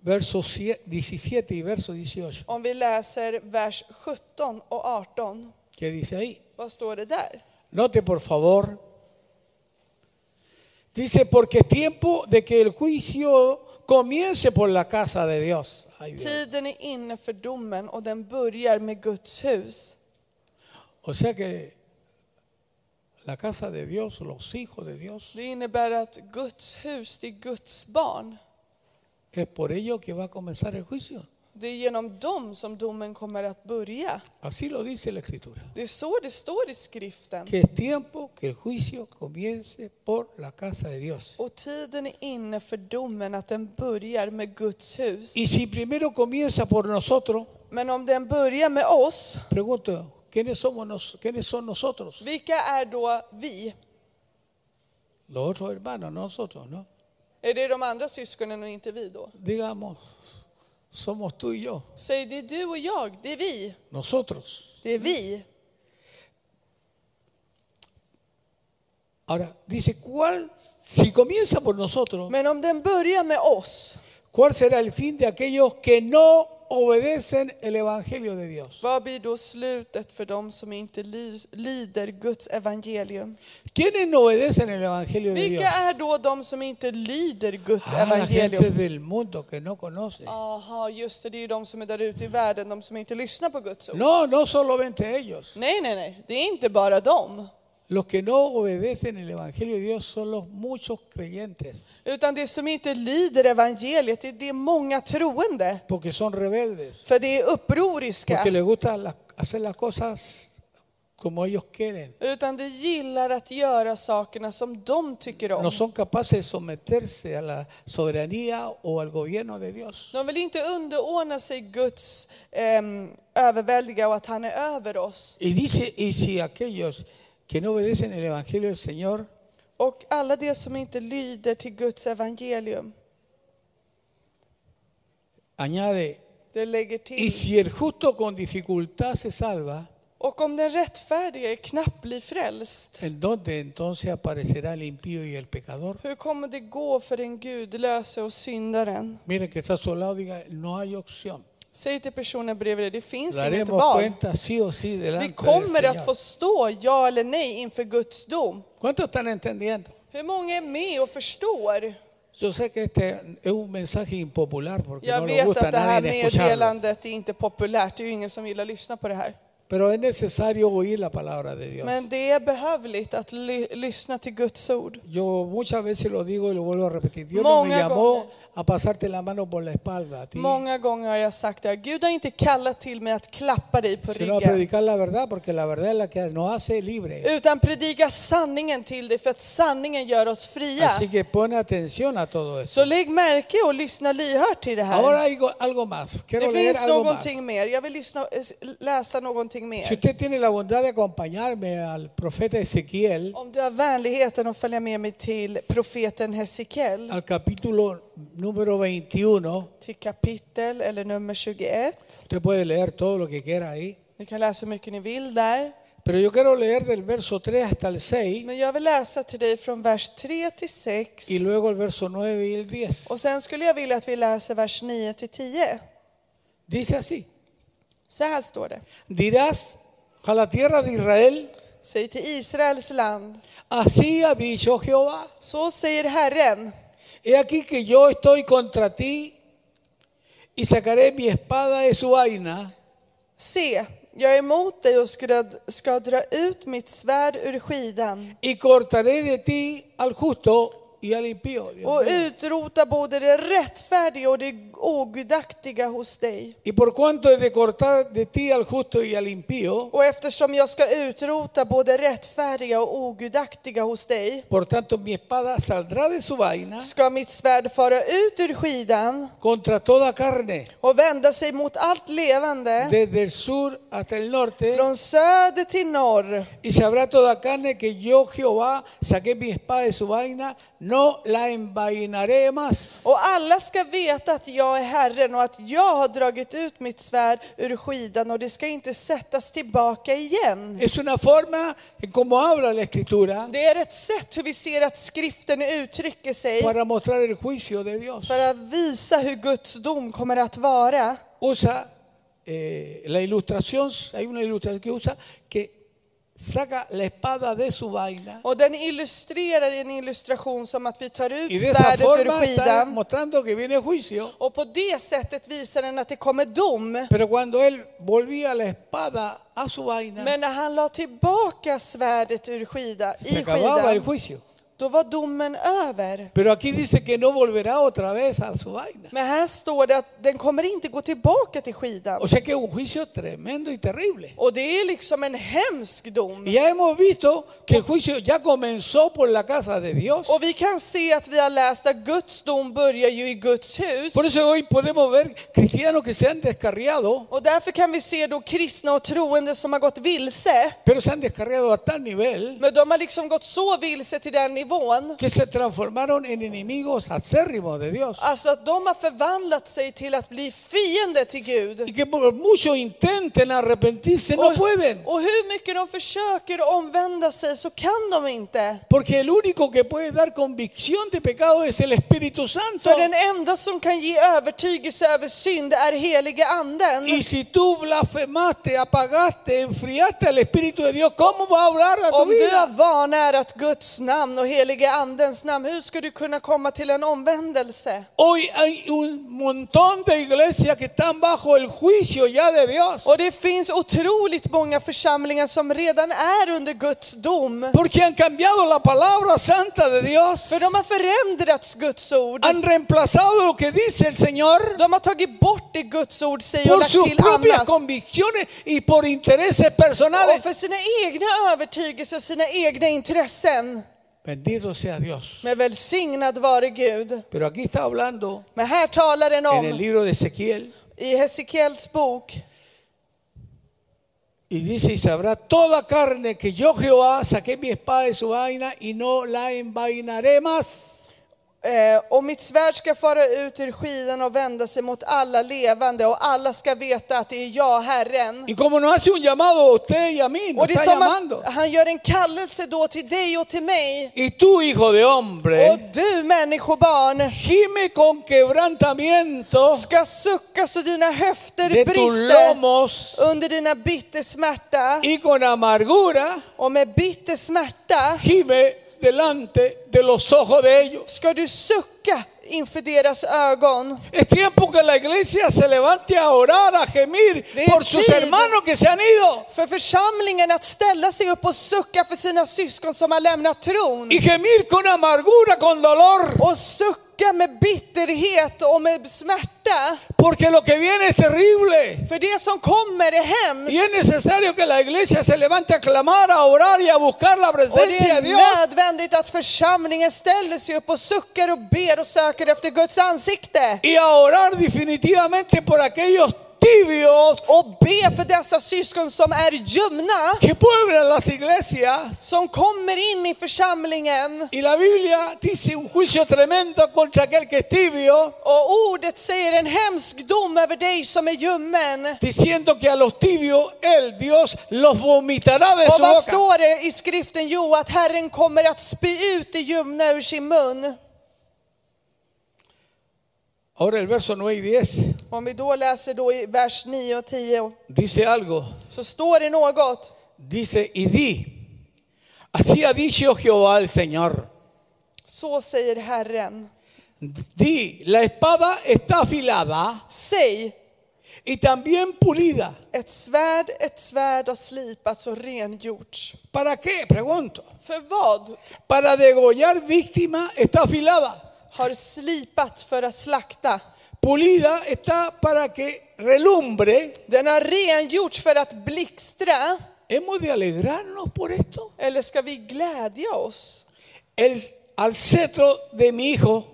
S2: versos sie- 17 y verso 18,
S1: om vi läser vers 17 och 18,
S2: que dice ahí,
S1: vad står det där?
S2: Note por favor. Dice, porque es tiempo de que el juicio comience por la casa de Dios. Ay, Dios.
S1: Tiden är inne för domen och den börjar med Guds hus.
S2: O sea que la casa de Dios, los hijos de Dios,
S1: Det innebär att Guds hus, det är Guds barn.
S2: es por ello que va a comenzar el juicio.
S1: Det är genom dem som domen kommer att börja.
S2: Así lo dice la escritura.
S1: Det är så det står i skriften.
S2: Que es tiempo que el juicio comience por la casa de Dios.
S1: Och tiden är inne för domen att den börjar med Guds hus.
S2: Y si primero comienza por nosotros,
S1: Men om den börjar med oss,
S2: pregunto, ¿quiénes, somos nos- ¿quiénes son nosotros?
S1: vilka är då vi?
S2: Los otros hermanos, nosotros, ¿no?
S1: Är det de andra syskonen och inte vi då?
S2: digamos, somos tú y yo,
S1: Säg det är du och jag, det är vi.
S2: nosotros.
S1: Det är vi.
S2: Ahora, dice, ¿cuál, si comienza por nosotros,
S1: Men om den börjar med oss,
S2: cuál será el fin de aquellos que no obedecen el Evangelio de Dios?
S1: vad blir då slutet för dem som inte ly- lyder Guds evangelium?
S2: ¿Quiénes no obedecen el Evangelio de Dios?
S1: Vilka är då de som inte lyder Guds
S2: Ah, la
S1: evangelium?
S2: gente del mundo que no conoce.
S1: Aha, just det, det är ju de som är där ute i världen, de som inte lyssnar på Guds ord.
S2: No, no solamente ellos.
S1: Nej, nej, nej, det är inte bara dem.
S2: Los que no obedecen el Evangelio de Dios son los muchos creyentes,
S1: Utan det som inte lyder evangeliet, det är, det är många troende.
S2: porque son rebeldes,
S1: För det är upproriska.
S2: porque les gusta la- hacer las cosas como ellos quieren.
S1: Utan det gillar att göra sakerna som de tycker om.
S2: no son capaces de someterse a la soberanía o al gobierno de Dios.
S1: De vill inte underordna sig Guds ehm, överväldiga och att han är över oss.
S2: Y dice, y si aquellos que no obedecen el Evangelio del Señor,
S1: Och alla de som inte lyder till Guds evangelium,
S2: añade,
S1: det lägger
S2: y
S1: till.
S2: si el justo con dificultad se salva,
S1: Och om den rättfärdige knappt blir frälst,
S2: ¿en dónde entonces aparecerá el impío y el pecador?
S1: hur kommer det gå för den gudlöse och syndaren?
S2: Miren que está a su lado, diga, no hay opción.
S1: Säg till personen bredvid dig, det finns inget
S2: Daremos
S1: val.
S2: cuenta sí o sí
S1: Vi
S2: delante del
S1: kommer att
S2: Señor.
S1: få stå, ja eller nej, inför Guds dom.
S2: ¿Cuántos están entendiendo?
S1: Hur många är med och förstår?
S2: Yo sé que este es un mensaje impopular porque
S1: Jag
S2: no le
S1: vet
S2: gusta
S1: att
S2: a
S1: det här
S2: nadie escucharlo.
S1: meddelandet är inte populärt, det är ju ingen som vill att lyssna på det här.
S2: Pero es necesario oír la palabra de Dios.
S1: Men det är behövligt att ly- lyssna till Guds ord.
S2: Yo muchas veces lo digo y lo vuelvo a repetir. Dios no me
S1: Monga
S2: llamó
S1: gonger.
S2: a pasarte la mano por la espalda a ti,
S1: Många gånger har jag sagt det här, Gud har inte kallat till mig att klappa dig på
S2: sino a
S1: ryggen.
S2: predicar la verdad, porque la verdad es la que nos hace libre.
S1: Utan predika sanningen till dig, för att sanningen gör oss fria.
S2: Así que pone atención a todo eso.
S1: Så lägg märke och lyssna lyhört till det
S2: Ahora
S1: här.
S2: hay go- algo más. Quiero
S1: Det
S2: leer
S1: finns
S2: algo más. Si
S1: någonting mer, jag vill lyssna, läsa någonting mer.
S2: usted tiene la bondad de acompañarme al profeta Ezequiel,
S1: Om du har vänligheten att följa med mig till profeten Hesekiel,
S2: al capítulo número 21,
S1: till kapitel eller nummer 21.
S2: usted puede leer todo lo que quiera ahí.
S1: Ni kan läsa hur mycket ni vill där.
S2: Pero yo quiero leer del verso 3 hasta el 6
S1: Men jag vill läsa till dig från vers 3 till 6.
S2: y luego el verso 9 y el 10.
S1: Och sen skulle jag vilja att vi läser vers 9 till 10.
S2: Dice así.
S1: Så här står det.
S2: dirás a la tierra de Israel,
S1: Säg till Israels land.
S2: así ha dicho Jehová,
S1: Så säger Herren.
S2: he aquí que yo estoy contra ti y sacaré mi espada de su vaina
S1: Se, jag är emot dig och ska, ska dra ut mitt svärd ur skidan
S2: y cortaré de ti al justo y al impío. Dios
S1: och
S2: mío.
S1: utrota både det rättfärdiga och det ogudaktiga hos dig.
S2: Y por cuanto he de cortar de ti al justo y al impío,
S1: Och eftersom jag ska utrota både rättfärdiga och ogudaktiga hos dig
S2: por tanto mi espada saldrá de su vaina
S1: ska mitt svärd fara ut ur skidan
S2: contra toda carne,
S1: och vända sig mot allt levande
S2: desde el sur hasta el norte,
S1: från söder till norr.
S2: Y sabrá toda carne que yo, Jehová, saqué mi espada de su vaina, no la envainaré más.
S1: Och alla ska veta att jag är Herren och att jag har dragit ut mitt svärd ur skidan och det ska inte sättas tillbaka igen.
S2: Es una forma en cómo habla la Escritura
S1: Det är ett sätt hur vi ser att skriften uttrycker sig
S2: para mostrar el juicio de Dios.
S1: för att visa hur Guds dom kommer att vara.
S2: Usa eh, la ilustración, hay una ilustración que usa que saca la espada de su vaina
S1: Och den illustrerar i en illustration som att vi tar
S2: y
S1: ut
S2: de esa
S1: svärdet ur
S2: forma está
S1: skidan
S2: mostrando que viene juicio.
S1: och på det sättet visar den att det kommer dom.
S2: Pero cuando él volvía la espada a su vaina,
S1: Men när han la tillbaka svärdet ur skida,
S2: se
S1: i
S2: acababa el
S1: skidan,
S2: juicio.
S1: då var domen över.
S2: Pero aquí dice que no volverá otra vez a su vaina.
S1: Men här står det att den kommer inte gå tillbaka till skidan.
S2: O sea que es un juicio tremendo y terrible.
S1: Och det är liksom en hemsk dom.
S2: Y ya hemos visto que el juicio ya comenzó por la casa de Dios.
S1: Och vi kan se att vi har läst att Guds dom börjar ju i Guds hus.
S2: Por eso hoy podemos ver cristianos que se han descarriado,
S1: Och därför kan vi se då kristna och troende som har gått vilse.
S2: pero se han descarriado a tal nivel
S1: Men de har liksom gått så vilse till den nivån.
S2: que se transformaron en enemigos acérrimos de Dios.
S1: Alltså att de har förvandlat sig till att bli fiende till
S2: Y
S1: Gud.
S2: que por mucho intenten arrepentirse, no pueden.
S1: och hur mycket de försöker omvända sig så kan de inte.
S2: Porque el único que puede dar convicción de pecado es el Espíritu Santo.
S1: För den enda som kan ge övertygelse över synd är helige anden.
S2: Y si tú blasfemaste, apagaste, enfriaste al Espíritu de Dios, ¿cómo va a hablar a tu
S1: Om du
S2: vida?
S1: har vanärat Guds namn och helige andens namn, hur ska du kunna komma till en omvändelse?
S2: Hoy hay un montón de iglesias que están bajo el juicio ya de Dios.
S1: Och det finns otroligt många församlingar som redan är under Guds dom.
S2: Porque han cambiado la palabra santa de Dios.
S1: För de har förändrats Guds ord.
S2: Han reemplazado lo que dice el Señor
S1: De har tagit bort det Guds ord säger och
S2: por
S1: lagt
S2: sus
S1: till
S2: propias
S1: annat.
S2: convicciones y por intereses
S1: Och
S2: personales.
S1: för sina egna övertygelser och sina egna intressen.
S2: Bendito sea Dios.
S1: Men välsignad vare Gud.
S2: Pero aquí está hablando
S1: Men här talar den
S2: en el
S1: om,
S2: libro de Ezequiel
S1: i Hesekiels bok,
S2: Y dice, y sabrá toda carne que yo Jehová saqué mi espada de su vaina y no la envainaré más.
S1: Eh, och mitt svärd ska fara ut ur skiden och vända sig mot alla levande och alla ska veta att det är jag, Herren.
S2: Y como nos hace un llamado a usted y a mí, nos
S1: Och det
S2: está
S1: är som
S2: llamando.
S1: att han gör en kallelse då till dig och till mig.
S2: Y tú, hijo de
S1: Och
S2: hombre,
S1: du människobarn
S2: gime con quebrantamiento
S1: ska sucka så dina höfter
S2: de tus
S1: brister
S2: lomos
S1: under dina bittersmärta.
S2: y con amargura
S1: Och med bittersmärta
S2: gime delante de los ojos de ellos.
S1: ska du sucka inför deras ögon.
S2: Es tiempo que la iglesia se levante a orar, a gemir
S1: De
S2: por sus
S1: decir-
S2: hermanos que se han ido.
S1: För församlingen att ställa sig upp och sucka för sina syskon som har lämnat tron.
S2: Y gemir con amargura, con dolor.
S1: och sucka med bitterhet och med smärta.
S2: Porque lo que viene es terrible.
S1: För det som kommer är
S2: Y
S1: hemskt.
S2: es necesario que la iglesia se levante a clamar, a orar y a buscar la
S1: Och det
S2: presencia de Dios.
S1: är nödvändigt att församlingen ställer sig upp och suckar och ber och söker efter Guds ansikte.
S2: Y a orar definitivamente por aquellos tibios
S1: Och be för dessa syskon som är ljumna,
S2: que pueblan las iglesias.
S1: som kommer in i församlingen.
S2: Y la Biblia dice un juicio tremendo contra aquel que es tibio,
S1: Och ordet säger en hemsk dom över dig som är ljummen.
S2: diciendo que a los tibios el Dios los vomitará de
S1: Och
S2: su
S1: vad
S2: boca.
S1: står det i skriften? Jo, att Herren kommer att spy ut det ljumna ur sin mun.
S2: Ahora el verso 9 y 10
S1: Om vi då läser då i vers 9 och 10
S2: dice algo.
S1: så står det något.
S2: Dice, y di, así ha dicho Jehová el Señor.
S1: Så säger Herren.
S2: Di, la espada está afilada
S1: Säg,
S2: y también pulida.
S1: ett svärd, ett svärd har slipats och rengjorts.
S2: ¿Para qué? Pregunto.
S1: För vad
S2: Para degollar víctima está afilada.
S1: har slipat för att slakta?
S2: Pulida está para que relumbre.
S1: Den har rengjorts för att blixtra.
S2: ¿Hemos de alegrarnos por esto?
S1: Eller ska vi glädja oss?
S2: El, al cetro de mi hijo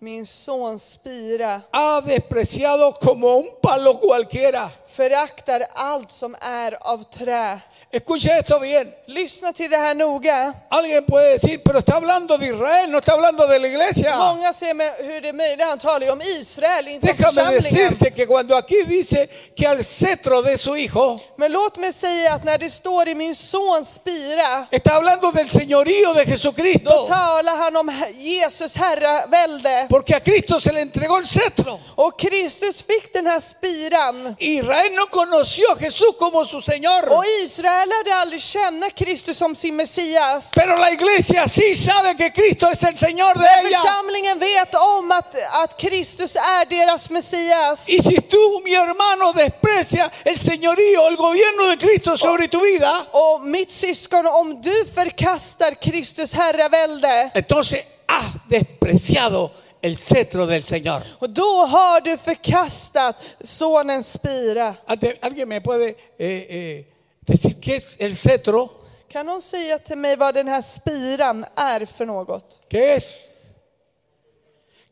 S1: Min son Spira
S2: ha despreciado como un palo cualquiera.
S1: föraktar allt som är av trä.
S2: Escucha esto bien.
S1: Lyssna till det här noga.
S2: Alguien puede decir, pero está hablando de Israel, no está hablando de la iglesia.
S1: Många ser med hur det är möjligt. Han talar ju om Israel, inte om
S2: Déjame
S1: församlingen.
S2: decirte que cuando aquí dice que al cetro de su hijo,
S1: Men låt mig säga att när det står i min sons spira,
S2: está hablando del señorío de
S1: då
S2: Jesucristo.
S1: talar han om Her- Jesus herravälde.
S2: Porque a Cristo se le entregó el cetro.
S1: Och Kristus fick den här spiran.
S2: Israel no conoció a Jesús como su Señor.
S1: Och Israel hade aldrig kännat Kristus som sin Messias.
S2: Pero la iglesia sí sabe que Cristo es el Señor de ella.
S1: Församlingen vet om att, att Kristus är deras Messias.
S2: Y si tú, mi hermano, desprecia el señorío, el gobierno de Cristo sobre tu vida,
S1: Och mitt syskon, om du förkastar Kristus herravälde,
S2: entonces has despreciado el cetro del Señor.
S1: och då har du förkastat sonens spira.
S2: Ante- ¿Alguien me puede eh, eh, decir qué es el cetro?
S1: Kan någon säga till mig vad den här spiran är för något?
S2: ¿Qué es?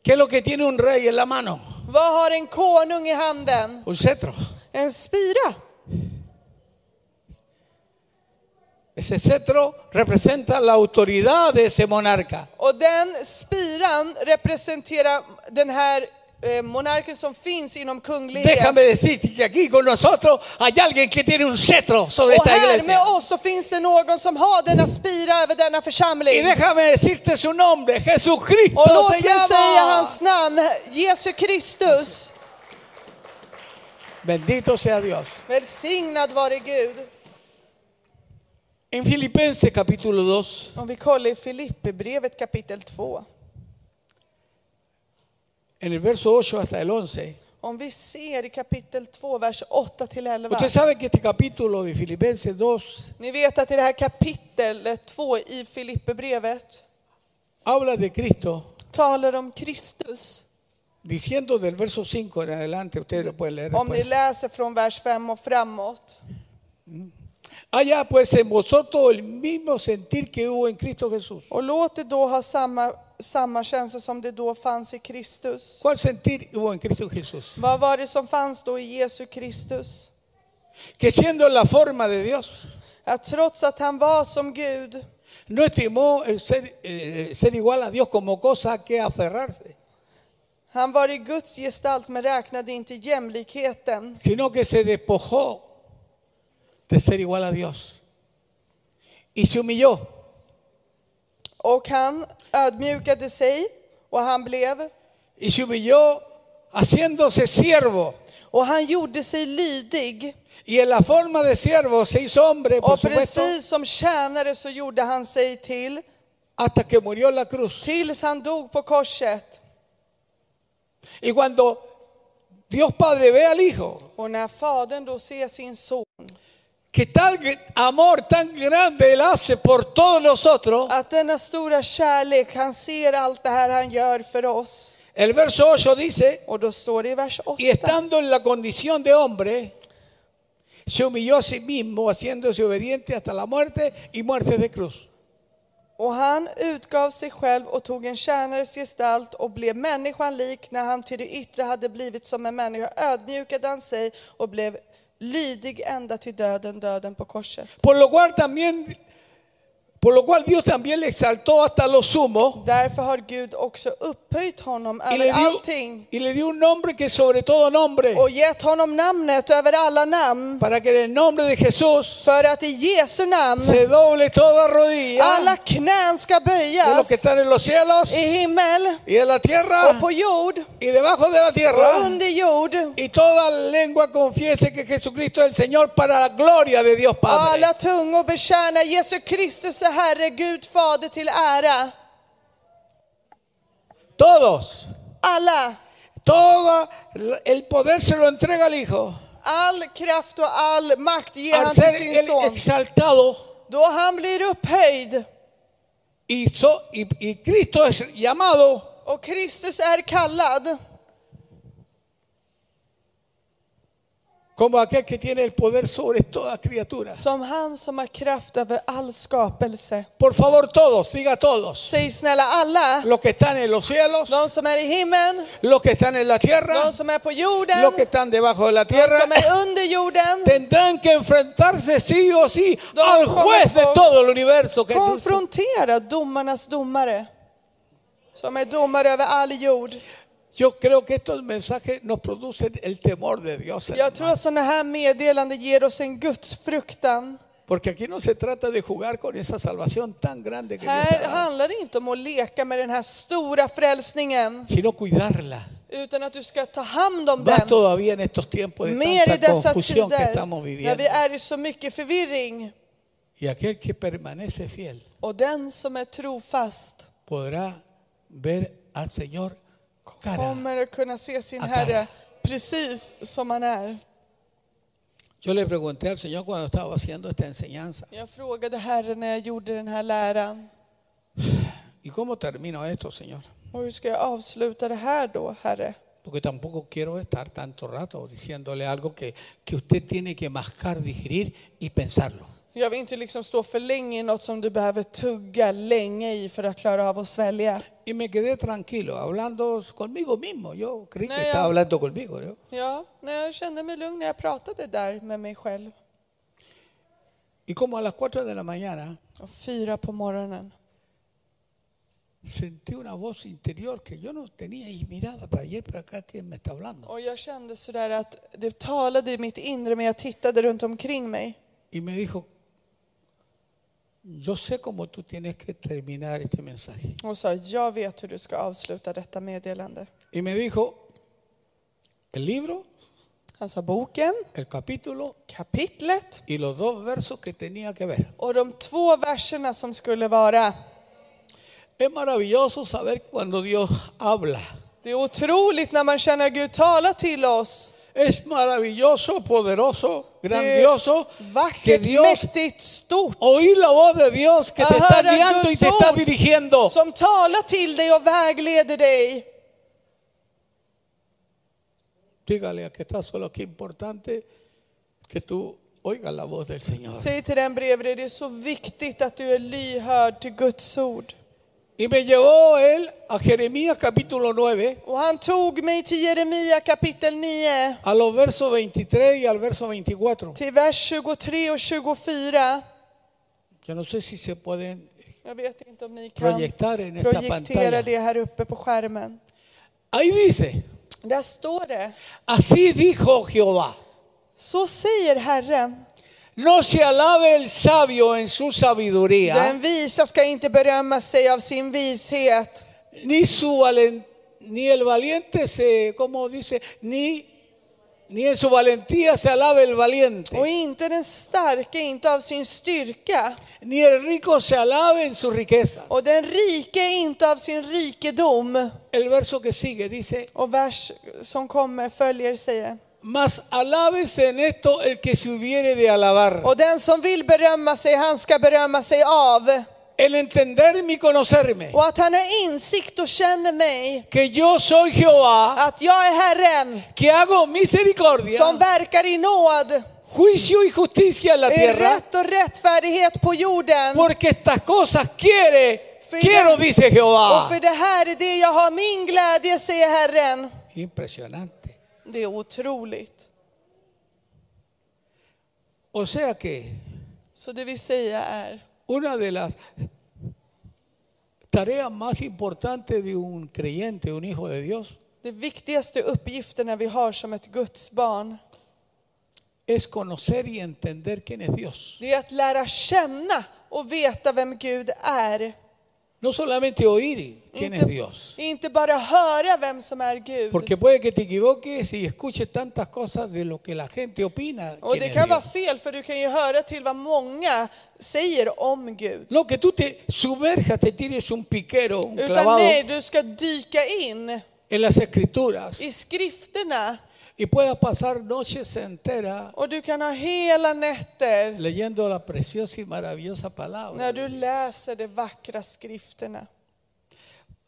S2: ¿Qué es lo que tiene un rey en la mano?
S1: Vad har en konung i handen?
S2: Un cetro.
S1: En spira.
S2: Ese cetro representa la autoridad de ese monarca.
S1: Och den spiran representerar den här eh, monarken som finns inom kunglighet.
S2: Déjame decirte que aquí con nosotros hay alguien que tiene un cetro sobre
S1: Och
S2: esta
S1: här med
S2: iglesia.
S1: oss så finns det någon som har denna spira över denna
S2: Y
S1: församling.
S2: déjame decirte su nombre,
S1: Och
S2: Jesucristo
S1: låt
S2: se
S1: mig säga
S2: llama.
S1: hans namn, Jesu Kristus.
S2: Bendito sea Dios.
S1: Välsignad vare Gud.
S2: En Filipenses capítulo 2,
S1: Om vi kollar i Filipperbrevet kapitel 2.
S2: en el verso 8 hasta el 11.
S1: Om vi ser i kapitel 2, vers 8 till 11.
S2: Usted sabe que este capítulo de Filipenses 2
S1: Ni vet att i det här kapitlet 2 i Filipperbrevet
S2: habla de Cristo,
S1: talar om Kristus.
S2: diciendo del verso 5 en adelante, ustedes lo pueden leer
S1: Om ni
S2: después.
S1: läser från vers 5 och framåt.
S2: Allá pues en vosotros el mismo sentir que hubo en Cristo Jesús.
S1: Och låt det då ha samma, samma känsla som det då fanns i Kristus.
S2: ¿Cuál sentir hubo en Cristo Jesús?
S1: Vad var det som fanns då i Jesu Kristus?
S2: Que siendo la forma de Dios,
S1: Att trots att han var som Gud
S2: No estimó el ser, eh, ser igual a Dios como cosa a que aferrarse,
S1: Han var i Guds gestalt men räknade inte jämlikheten
S2: sino que se despojó de ser igual a Dios y se humilló
S1: och han ödmjukade sig och han blev
S2: y se humilló haciéndose siervo
S1: och han gjorde sig lydig
S2: y en la forma de siervo se hizo hombre, por
S1: och
S2: supuesto,
S1: precis som tjänare så gjorde han sig till
S2: hasta que murió en la cruz.
S1: tills han dog på korset.
S2: Y cuando Dios Padre ve al Hijo,
S1: Och när fadern då ser sin son,
S2: que tal gr- amor tan grande Él hace por todos nosotros,
S1: att denna stora kärlek, han ser allt det här han gör för oss.
S2: el verso 8 dice,
S1: Och då står det i vers 8.
S2: y estando en la condición de hombre, se humilló a sí mismo, haciéndose obediente hasta la muerte y muerte de cruz.
S1: Och han utgav sig själv och tog en tjänares gestalt och blev människan lik. När han till det yttre hade blivit som en människa ödmjukade han sig och blev lydig ända till döden, döden på korset.
S2: Por lo cual también, por lo cual Dios también le exaltó hasta lo sumo
S1: Därför har Gud också upphöjt honom
S2: y le
S1: över
S2: dio,
S1: allting
S2: y le dio un nombre que sobre todo nombre,
S1: och gett honom namnet över alla namn.
S2: para que en el nombre de Jesús
S1: För att i Jesu namn
S2: se doble toda rodilla
S1: alla knän ska
S2: de los
S1: böjas
S2: que están en los cielos
S1: i himmel
S2: y en la
S1: och
S2: tierra
S1: på jord
S2: y debajo de la
S1: och
S2: tierra
S1: under jord.
S2: y toda lengua confiese que Jesucristo es el Señor para la gloria de Dios
S1: Och
S2: Padre.
S1: Alla tungor betjänar Jesu Kristus och Herre Gud Fader till ära.
S2: Todos,
S1: Alla,
S2: todo el poder se lo entrega al Hijo
S1: all kraft och all makt ger
S2: al
S1: han till
S2: ser
S1: sin
S2: el
S1: son.
S2: exaltado
S1: Då han blir upphöjd
S2: y, so- y- y Cristo es llamado
S1: och Kristus är kallad
S2: como aquel que tiene el poder sobre todas criaturas.
S1: som han som har kraft över all skapelse.
S2: Por favor todos, diga todos,
S1: Säg snälla alla,
S2: los que están en los cielos,
S1: de som är i himlen,
S2: los que están en la tierra,
S1: de som är på jorden,
S2: los que están debajo de la tierra,
S1: som är under jorden,
S2: tendrán que enfrentarse sí o sí
S1: No,
S2: al
S1: ¿cómo
S2: juez de
S1: fue?
S2: todo el universo. Que es Cristo.
S1: konfrontera domarnas domare som är domare över all jord.
S2: Yo creo que estos mensajes nos producen el temor de Dios. hermano.
S1: Jag tror att sådana här meddelanden ger oss en gudsfruktan.
S2: Porque aquí no se trata de jugar con esa salvación tan grande que Dios
S1: Här
S2: ha dado,
S1: handlar det inte om att leka med den här stora frälsningen,
S2: sino cuidarla.
S1: utan att du ska ta hand om
S2: Más
S1: den.
S2: todavía en estos tiempos de
S1: Mer i
S2: tanta
S1: dessa
S2: confusión que
S1: tider,
S2: estamos
S1: när
S2: viviendo.
S1: vi är i så mycket förvirring.
S2: Y aquel que permanece fiel
S1: Och den som är trofast
S2: podrá ver al Señor cara.
S1: kommer att kunna se sin
S2: Akara.
S1: Herre precis som han är.
S2: Yo le pregunté al Señor cuando estaba haciendo esta enseñanza,
S1: Jag frågade Herren när jag gjorde den här läran,
S2: ¿y cómo termino esto, Señor?
S1: och hur ska jag avsluta det här då, Herre?
S2: Porque tampoco quiero estar tanto rato diciéndole algo que, que usted tiene que mascar, digerir y pensarlo.
S1: Jag vill inte liksom stå för länge i något som du behöver tugga länge i för att klara av att svälja.
S2: Y me quedé tranquilo, hablando conmigo mismo. Yo creí
S1: No,
S2: que
S1: ya.
S2: estaba hablando conmigo. ¿no?
S1: Ja, när jag kände mig lugn när jag pratade där med mig själv.
S2: Y como a las 4 de la mañana
S1: Och fyra på morgonen.
S2: sentí una voz interior que yo no tenía y miraba para allá y para acá quién me está hablando.
S1: Och jag kände sådär att det talade i mitt inre men jag tittade runt omkring mig.
S2: Y me dijo, yo sé cómo tú tienes que terminar este mensaje.
S1: Och sa, jag vet hur du ska avsluta detta meddelande.
S2: Y me dijo, el libro,
S1: Han sa boken,
S2: el capítulo
S1: kapitlet
S2: y los dos versos que tenía que ver.
S1: och de två verserna som skulle vara.
S2: Es maravilloso saber cuando Dios habla.
S1: Det är otroligt när man känner Gud tala till oss.
S2: Es maravilloso, poderoso, grandioso que
S1: Vackert,
S2: Dios,
S1: mäktigt, stort.
S2: oír la voz de Dios que te está
S1: Ahora
S2: guiando y te
S1: Dios
S2: está
S1: ord.
S2: dirigiendo.
S1: Som talar till dig och vägleder dig.
S2: Dígale a que está solo, que importante que tú oigas la voz del Señor.
S1: Säg till den bredvid dig, det är så viktigt att du är lyhörd till Guds ord.
S2: Y me llevó él a Jeremías capítulo 9,
S1: Och han tog mig till Jeremia kapitel 9,
S2: a los versos 23 y al verso 24.
S1: till vers 23 och 24.
S2: Yo no sé si se pueden
S1: Jag vet inte om ni kan
S2: proyectar en esta
S1: projektera
S2: pantalla.
S1: det här uppe på skärmen.
S2: Ahí dice,
S1: Där står det.
S2: así dijo Jehová,
S1: Så säger Herren.
S2: no se alabe el sabio en su sabiduría,
S1: Den visa ska inte berömma sig av sin vishet.
S2: ni su valen- ni el valiente se, como dice, ni, ni en su valentía se alabe el
S1: Och
S2: valiente,
S1: inte den starke, inte av sin styrka.
S2: ni el rico se alabe en sus riquezas.
S1: Och den rike, inte av sin rikedom.
S2: El verso que sigue dice,
S1: Och vers som kommer följer säger.
S2: mas alábese en esto el que se hubiere de alabar.
S1: Och den som vill berömma sig, han ska berömma sig av.
S2: El entenderme y conocerme,
S1: Och att han har insikt och känner mig.
S2: que yo soy Jehová,
S1: Att jag är Herren
S2: que hago misericordia,
S1: som verkar i nåd.
S2: juicio y justicia en la
S1: I
S2: tierra,
S1: rätt och rättfärdighet på jorden.
S2: porque estas cosas quiere,
S1: Fidel-
S2: quiero, dice
S1: Och
S2: Jehová.
S1: för det här är det jag har min glädje, säger Herren.
S2: Impresionante.
S1: Det är otroligt.
S2: O sea que
S1: Så det vill säga är,
S2: una de las tareas más importantes de un creyente, un hijo de Dios,
S1: det viktigaste uppgifterna vi har som ett Guds barn,
S2: es conocer y entender quién es Dios.
S1: det är att lära känna och veta vem Gud är.
S2: No solamente oír quién es
S1: Inte,
S2: Dios.
S1: inte bara höra vem som är Gud.
S2: Porque puede que te equivoques y escuches tantas cosas de lo que la gente opina.
S1: Och
S2: quién
S1: det
S2: es
S1: kan vara
S2: Dios.
S1: fel, för du kan ju höra till vad många säger om Gud.
S2: No, que tú te sumerjas, te tires un piquero, un
S1: Utan
S2: clavado
S1: nej, du ska dyka in
S2: en las escrituras
S1: i skrifterna
S2: y puedas pasar noches enteras
S1: och du kan ha hela nätter
S2: leyendo la preciosa y maravillosa
S1: När
S2: palabra.
S1: du läser de vackra skrifterna.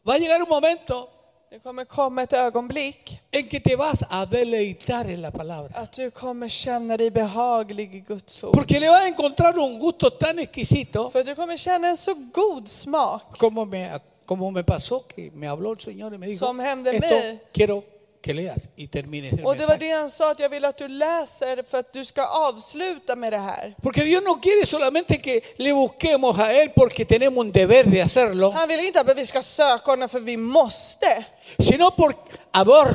S2: Va a llegar un momento
S1: Det kommer komma ett ögonblick
S2: en que te vas a deleitar en la palabra.
S1: att du kommer känna dig behaglig i Guds ord.
S2: Porque le vas a encontrar un gusto tan exquisito
S1: För du kommer känna en så god smak.
S2: como me, como me pasó que me habló el Señor y me dijo,
S1: Som hände mig.
S2: esto quiero que leas y termines el
S1: Och det var
S2: mensaje.
S1: det han sa, att jag vill att du läser för att du ska avsluta med det här.
S2: Porque Dios no quiere solamente que le busquemos a Él porque tenemos un deber de hacerlo,
S1: Han vill inte att vi ska söka honom för vi måste.
S2: sino por amor.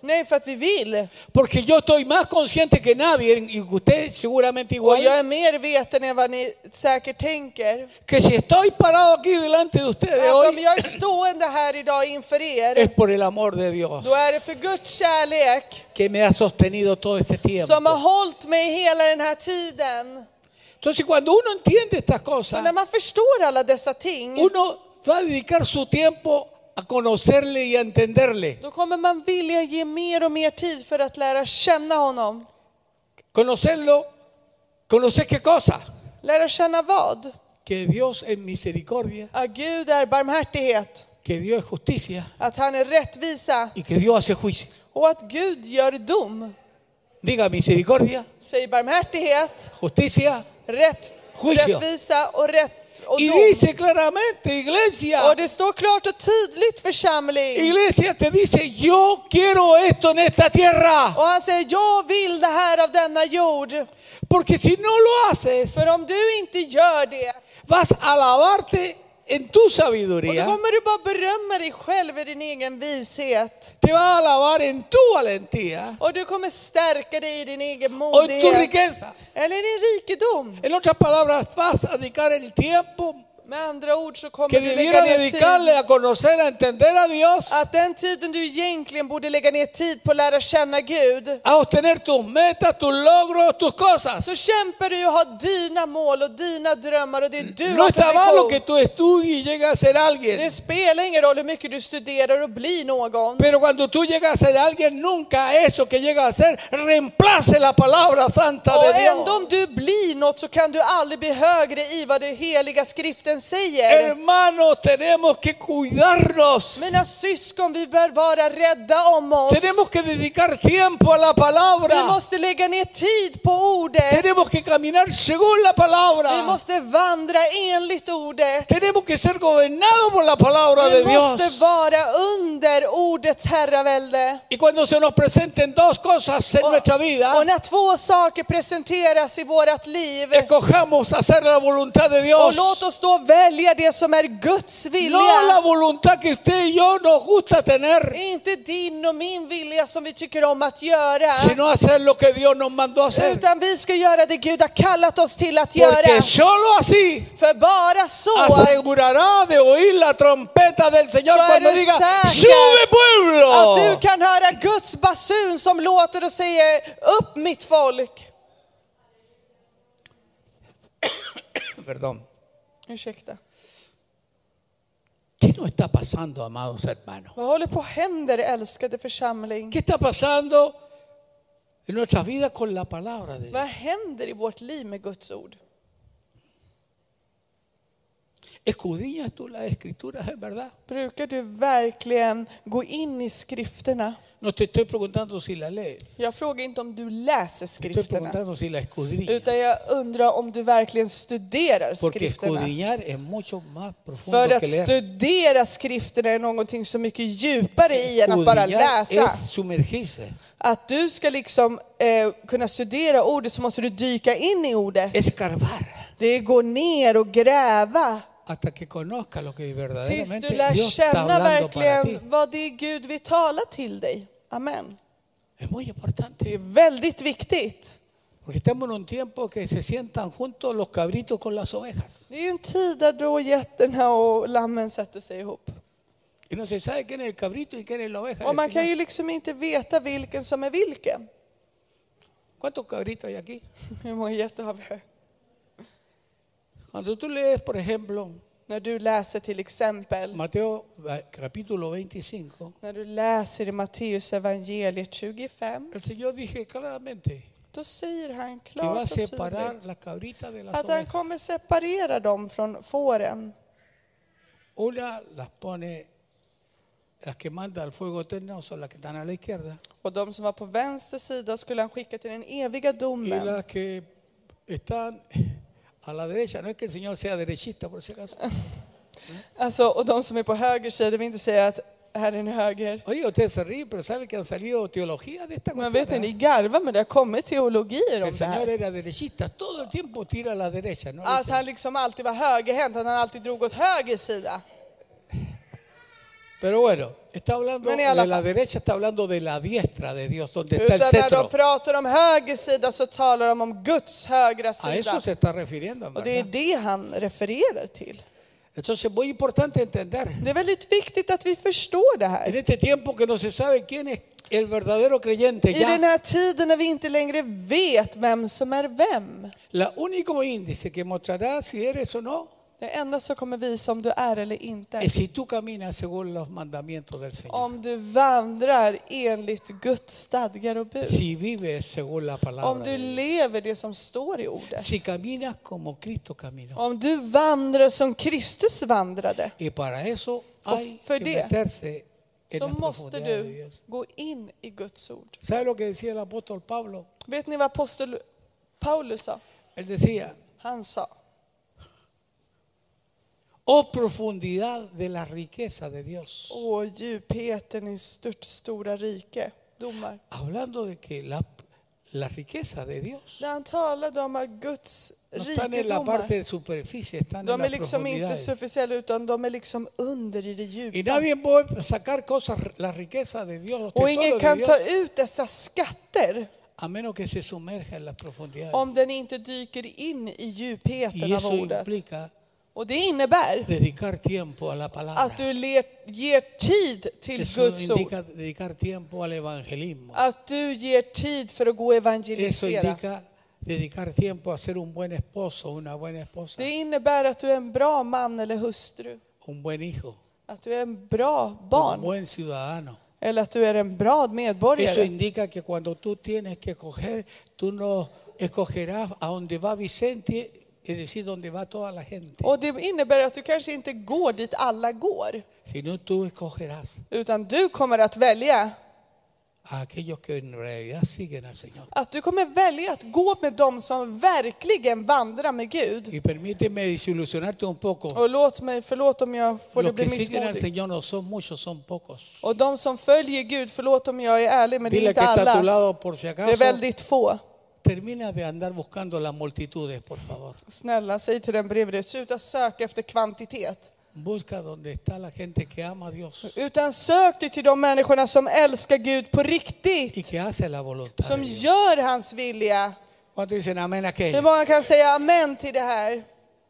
S1: Nej, för att vi vill.
S2: Porque yo estoy más consciente que nadie, y usted seguramente
S1: Och jag
S2: igual,
S1: är mer veten än vad ni säkert tänker.
S2: que si estoy parado aquí delante de ustedes
S1: Att om
S2: hoy,
S1: jag är stående här idag inför
S2: es
S1: er,
S2: por el amor de Dios
S1: då är det för Guds kärlek.
S2: que me ha sostenido todo este tiempo.
S1: som har hållit mig hela den här tiden.
S2: Entonces cuando uno entiende estas
S1: Så när
S2: cosas,
S1: man förstår alla dessa ting,
S2: uno va a dedicar su tiempo a conocerle y a entenderle.
S1: då kommer man vilja ge mer och mer tid för att lära känna honom.
S2: Conocerlo, conocer qué cosa.
S1: Lära känna vad?
S2: Que Dios es misericordia.
S1: Att Gud är barmhärtighet,
S2: que Dios es justicia
S1: att han är rättvisa
S2: y que Dios hace juicio.
S1: och att Gud gör dom.
S2: Diga misericordia,
S1: Säg barmhärtighet,
S2: justicia
S1: rätt,
S2: Juicio.
S1: rättvisa och rätt och
S2: y
S1: dom.
S2: dice claramente, iglesia,
S1: Och det står klart och tydligt församling.
S2: iglesia te dice, yo quiero esto en esta tierra,
S1: Och han säger, jag vill det här av denna jord.
S2: porque si no lo haces,
S1: För om du inte gör det,
S2: vas a alabarte en tu
S1: Och då
S2: sabiduría,
S1: kommer du bara berömma dig själv i din egen vishet.
S2: te vas a alabar en tu valentía
S1: Och du kommer stärka dig i din egen
S2: o en tus
S1: modighet.
S2: riquezas.
S1: Eller din rikedom.
S2: En otras palabras, vas a dedicar el tiempo
S1: Med andra ord så kommer
S2: que
S1: du lägga
S2: debiera
S1: ner tid.
S2: dedicarle a conocer, a entender a Dios,
S1: Att den tiden du egentligen borde lägga ner tid på att lära känna Gud.
S2: a obtener tus metas, tus logros, tus cosas.
S1: Så kämpar du ju att ha dina mål och dina drömmar och det du
S2: No
S1: har
S2: está mal lo
S1: för
S2: que
S1: vision.
S2: tú estudies y llegues a ser
S1: Det
S2: alguien.
S1: spelar ingen roll hur mycket du studerar och blir någon.
S2: Pero cuando tú llegas a ser alguien, nunca eso que llegas a ser reemplace la palabra santa
S1: Och
S2: de
S1: ändå om
S2: Dios.
S1: du blir något så kan du aldrig bli högre i vad den heliga skriften säger.
S2: Hermanos, tenemos que cuidarnos.
S1: Mina syskon, vi bör vara rädda om oss.
S2: Tenemos que dedicar tiempo a la
S1: Vi
S2: palabra.
S1: måste lägga ner tid på ordet.
S2: Tenemos que caminar según la
S1: Vi
S2: palabra.
S1: måste vandra enligt ordet.
S2: Tenemos que ser gobernados por la palabra de
S1: Vi måste
S2: Dios.
S1: vara under ordets herravälde.
S2: Y cuando se nos presenten dos cosas en nuestra vida,
S1: Och när två saker presenteras i vårt liv,
S2: escojamos hacer la voluntad de
S1: och
S2: Dios.
S1: låt oss då välja det som är Guds
S2: No la
S1: vilja.
S2: voluntad que usted y yo nos gusta tener,
S1: Inte din och min vilja som vi tycker om att göra,
S2: sino hacer lo que Dios nos mandó a hacer.
S1: utan vi ska göra det Gud har kallat oss till att
S2: Porque
S1: göra.
S2: solo así
S1: För bara
S2: Alltså,
S1: så
S2: asegurará de oír la trompeta del Señor
S1: Yo
S2: cuando
S1: eres
S2: diga,
S1: saca.
S2: sube
S1: att du
S2: pueblo.
S1: kan höra Guds basun som låter och säger upp mitt folk.
S2: Perdón.
S1: Ursäkta.
S2: ¿Qué nos está pasando, amados hermanos?
S1: Vad håller på och händer älskade församling?
S2: ¿Qué está pasando en nuestras vidas con la palabra de Dios?
S1: Vad händer i vårt liv med Guds ord?
S2: ¿Escudriñas tú las escrituras, es verdad?
S1: Brukar du verkligen gå in i skrifterna?
S2: No te estoy preguntando si la lees.
S1: Jag frågar inte om du läser
S2: Te estoy
S1: skrifterna,
S2: preguntando si la escudriñas.
S1: utan jag undrar om du verkligen studerar
S2: Porque
S1: skrifterna.
S2: escudriñar es mucho más profundo
S1: För
S2: que
S1: att
S2: leer.
S1: studera skrifterna är någonting så mycket djupare i än att bara
S2: Escudriñar
S1: läsa.
S2: es sumergirse.
S1: Att du ska liksom eh, kunna studera ordet så måste du dyka in i ordet.
S2: Escarbar
S1: Det är gå ner och gräva
S2: hasta que conozca lo que
S1: tills du
S2: verdaderamente
S1: lär
S2: Dios está
S1: känna
S2: hablando para ti.
S1: verkligen vad det är Gud vill tala till dig. Amen.
S2: Es muy
S1: Det är
S2: importante.
S1: väldigt viktigt.
S2: Porque estamos en un tiempo que se sientan juntos los cabritos con las ovejas.
S1: Det är ju en tid där då getterna och lammen sätter sig ihop.
S2: Y no se sabe quién es el cabrito y quién es la oveja.
S1: Och
S2: del
S1: man kan
S2: Señor.
S1: ju liksom inte veta vilken som är vilken.
S2: ¿Cuántos cabritos hay aquí?
S1: Hur många getter har vi här?
S2: Cuando tú lees, por ejemplo,
S1: När du läser till exempel,
S2: Mateo eh, capítulo 25,
S1: när du läser i Matteus evangeliet 25,
S2: el Señor dije claramente
S1: då säger han
S2: que va a
S1: klart och
S2: separar
S1: tydligt
S2: las cabritas de las
S1: att han
S2: ovejas.
S1: kommer separera dem från fåren.
S2: Una las pone, las que manda al fuego eterno son las que están a la izquierda.
S1: Och de som var på vänster sida skulle han skicka till den eviga
S2: Y
S1: domen.
S2: las que están a la derecha, no es que el Señor sea derechista por si acaso.
S1: Alltså, och de som är på höger sida vill inte säga att Herren är höger.
S2: Oye, ustedes se ríen, pero saben que han salido teologías de esta cuestión.
S1: Men vet ni,
S2: ¿eh?
S1: ni garvar men det har kommit teologier om
S2: El
S1: det
S2: Señor
S1: här.
S2: era derechista, todo el tiempo tira a la derecha. ¿no?
S1: Att han liksom alltid var högerhänt, att han alltid drog åt höger sida.
S2: Pero bueno, está hablando
S1: Vení
S2: de
S1: a la
S2: la
S1: fa-
S2: derecha, está hablando de la diestra de Dios, donde está el
S1: Utan när de
S2: cetro.
S1: pratar om höger sida så talar de om Guds högra
S2: A eso
S1: sida.
S2: se está refiriendo, en
S1: Och det är
S2: ¿verdad?
S1: det han refererar till.
S2: Entonces, muy importante entender,
S1: Det är väldigt viktigt att vi förstår det
S2: en
S1: här.
S2: este tiempo que no se sabe quién es el verdadero creyente,
S1: I den
S2: ya
S1: här tiden när vi inte längre vet vem som är vem.
S2: la único índice que mostrará si eres o no
S1: Det enda som kommer visa om du är eller inte,
S2: es si tú caminas según los mandamientos del Señor,
S1: om du vandrar enligt Guds stadgar och bud.
S2: si vives según la
S1: Om
S2: palabra,
S1: du
S2: de Dios,
S1: lever det som står i ordet.
S2: si caminas como Cristo caminó.
S1: Om du vandrar som Kristus vandrade
S2: Y para eso hay
S1: för
S2: que
S1: det
S2: meterse en
S1: så
S2: las
S1: måste
S2: profundidades de
S1: du
S2: Dios.
S1: gå in i Guds ord.
S2: ¿Sabe lo que decía el apóstol Pablo?
S1: Vet ni vad apostel Paulus sa?
S2: Él decía,
S1: Han sa,
S2: oh profundidad de la riqueza de Dios.
S1: åh djupheten i stört stora rike, domar.
S2: Hablando de que la, la riqueza de Dios
S1: När han talade om att Guds
S2: no están en la
S1: rikedomar,
S2: parte de superficie, están en
S1: de är
S2: las
S1: liksom inte
S2: profundidades.
S1: superficiella utan de är liksom under i det
S2: Y
S1: djupa.
S2: nadie puede sacar cosas, la riqueza de Dios, los
S1: Och ingen
S2: tesoros de
S1: kan
S2: Dios,
S1: ta ut dessa skatter
S2: a menos que se sumerja en las
S1: om
S2: profundidades.
S1: den inte dyker in i djupheterna
S2: Y
S1: av
S2: eso
S1: ordet.
S2: implica
S1: Och det innebär
S2: dedicar tiempo a la palabra.
S1: att du ler, ger tid till
S2: Eso
S1: Guds ord.
S2: indica dedicar tiempo al evangelismo.
S1: Att du ger tid för att gå och
S2: Eso
S1: evangelisera.
S2: indica dedicar tiempo a ser un buen esposo, una buena esposa,
S1: Det innebär att du är en bra man eller hustru.
S2: un buen hijo,
S1: Att du är en bra
S2: un
S1: barn.
S2: buen ciudadano.
S1: Eller att du är en bra
S2: Eso
S1: medborgare.
S2: indica que cuando tú tienes que escoger, tú no escogerás a donde va Vicente, es decir, donde va toda la gente,
S1: Och det innebär att du kanske inte går dit alla går.
S2: sino tú escogerás
S1: Utan du kommer att välja
S2: a aquellos que en realidad siguen al Señor.
S1: Att du kommer välja att gå med dem som verkligen vandrar med Gud.
S2: Y permíteme desilusionarte un poco.
S1: Och låt mig, förlåt om jag får
S2: Los
S1: bli
S2: que siguen al
S1: missmodig.
S2: Señor no son muchos, son pocos.
S1: Och de som följer Gud, förlåt om jag är ärlig, men det är
S2: Dile que
S1: inte
S2: está a tu
S1: alla.
S2: lado por si
S1: Det är
S2: acaso.
S1: väldigt få.
S2: Termina de andar buscando las multitudes, por favor.
S1: Snälla, säg till den bredvid dig, sluta söka efter kvantitet.
S2: Busca donde está la gente que ama a Dios
S1: Utan sök dig till de människorna som älskar Gud på riktigt.
S2: y que hace la voluntad.
S1: Som
S2: de Dios.
S1: gör hans vilja.
S2: ¿Cuántos dicen amén a
S1: Hur
S2: qué?
S1: många kan säga amen till det här?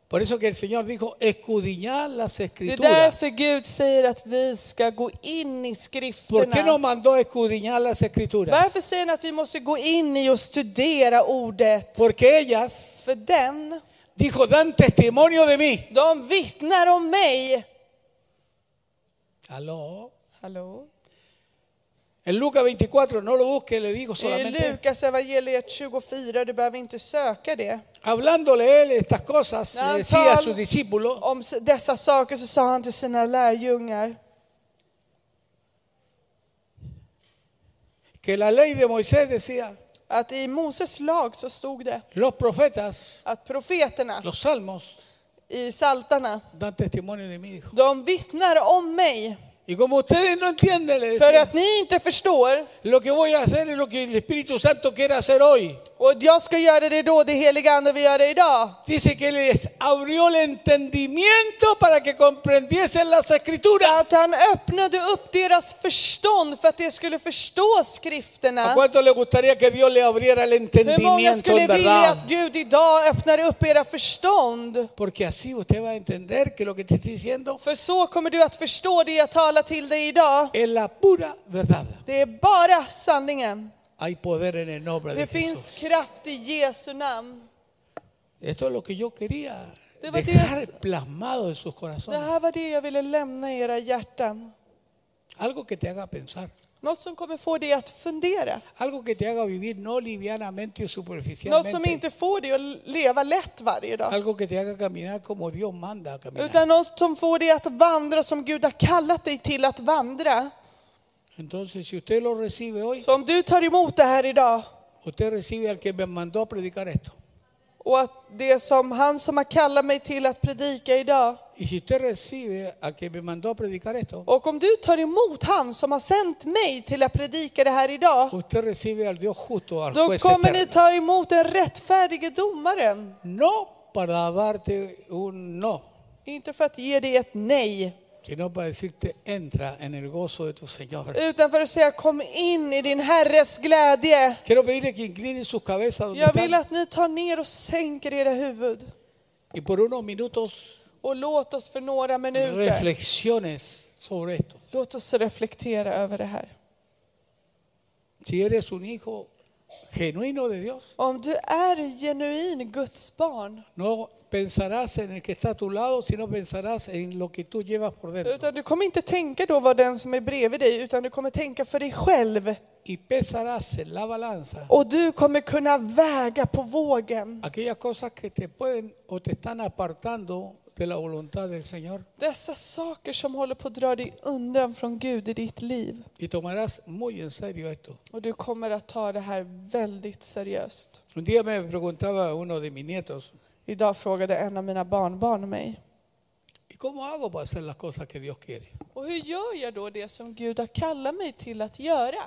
S2: Por eso que el Señor dijo, escudriñad las
S1: Det är
S2: escrituras.
S1: därför Gud säger att vi ska gå in
S2: ¿Por qué
S1: i
S2: nos
S1: skrifterna.
S2: mandó a escudriñar las escrituras?
S1: Varför säger han att vi måste gå in i och studera ordet?
S2: Porque ellas,
S1: För den,
S2: dijo, dan testimonio de mí.
S1: de vittnar om mig.
S2: Aló.
S1: Hallå?
S2: En Lucas 24, no lo busque, le digo
S1: Det är
S2: solamente.
S1: Lukas evangeliet 24, du behöver inte söka det.
S2: Hablándole él estas cosas, le
S1: Nan
S2: decía a
S1: tal-
S2: sus discípulos,
S1: Om s- dessa saker så sa han till sina lärjungar.
S2: que la ley de Moisés decía,
S1: Att i Moses lag så stod det
S2: los profetas,
S1: att profeterna
S2: los salmos,
S1: i saltarna,
S2: dan testimonio de mí, dijo.
S1: de vittnar om mig.
S2: Y como ustedes no entienden, le
S1: För
S2: decía,
S1: att ni inte förstår,
S2: lo que voy a hacer es lo que el Espíritu Santo quiere hacer hoy.
S1: och jag ska göra det då, det heliga Ande vill göra det idag.
S2: Dice que les abrió el entendimiento para que comprendiesen las escrituras.
S1: Att han öppnade upp deras förstånd för att de skulle förstå
S2: ¿A
S1: skrifterna.
S2: cuánto le gustaría que Dios le abriera el
S1: Hur många
S2: entendimiento
S1: skulle
S2: en
S1: vilja
S2: verdad?
S1: att Gud idag öppnar upp era förstånd?
S2: Porque así usted va a entender que lo que te estoy diciendo
S1: För så kommer du att förstå det jag talar till dig idag.
S2: es la pura verdad.
S1: Det är bara sanningen.
S2: Hay poder en el nombre de
S1: Det
S2: Jesús.
S1: finns kraft i Jesu namn.
S2: Esto es lo que yo quería
S1: Te va a
S2: dejar
S1: decir-
S2: plasmado en sus
S1: Det
S2: corazones.
S1: här var det jag ville lämna i era hjärtan.
S2: Algo que te haga pensar.
S1: Något som kommer få dig att fundera.
S2: Algo que te haga vivir no livianamente o
S1: Något som
S2: superficialmente.
S1: inte får dig att leva lätt varje dag.
S2: Algo que te haga caminar como Dios manda a caminar.
S1: Utan något som får dig att vandra som Gud har kallat dig till att vandra.
S2: Entonces, si usted lo recibe hoy,
S1: Så om du tar emot det här idag
S2: usted recibe al que me mandó a predicar esto.
S1: och att det som han som har kallat mig till att predika idag
S2: Y si usted recibe al que me mandó a predicar esto,
S1: och om du tar emot han som har sänt mig till att predika det här idag
S2: usted recibe al Dios justo, al
S1: då
S2: juez
S1: kommer ni
S2: eterno.
S1: ta emot den rättfärdige domaren.
S2: No para darte un no,
S1: Inte för att ge dig ett nej
S2: sino para decirte, entra en el gozo de tu Señor.
S1: utan för att säga kom in i din Herres glädje.
S2: Quiero pedirle que inclinen sus cabezas donde
S1: Jag vill
S2: están
S1: att ni tar ner och sänker era huvud
S2: y por unos minutos
S1: och låt oss för några minuter
S2: reflexiones sobre esto.
S1: Låt oss reflektera över det här.
S2: Si eres un hijo genuino de Dios,
S1: Om du är genuin Guds barn,
S2: no pensarás en el que está a tu lado, sino pensarás en lo que tú llevas por dentro.
S1: utan du kommer inte tänka då vad den som är bredvid dig, utan du kommer tänka för dig själv.
S2: Y pesarás en la balanza
S1: Och du kommer kunna väga på vågen.
S2: aquellas cosas que te pueden o te están apartando de la voluntad del Señor
S1: Dessa saker som håller på att dra dig undan från Gud i ditt liv.
S2: y tomarás muy en serio esto.
S1: Och du kommer att ta det här väldigt seriöst.
S2: Un día me preguntaba uno de mis nietos,
S1: Idag frågade en av mina barnbarn mig.
S2: ¿y cómo hago para hacer las cosas que Dios quiere?
S1: Och hur gör jag då det som Gud har kallat mig till att göra?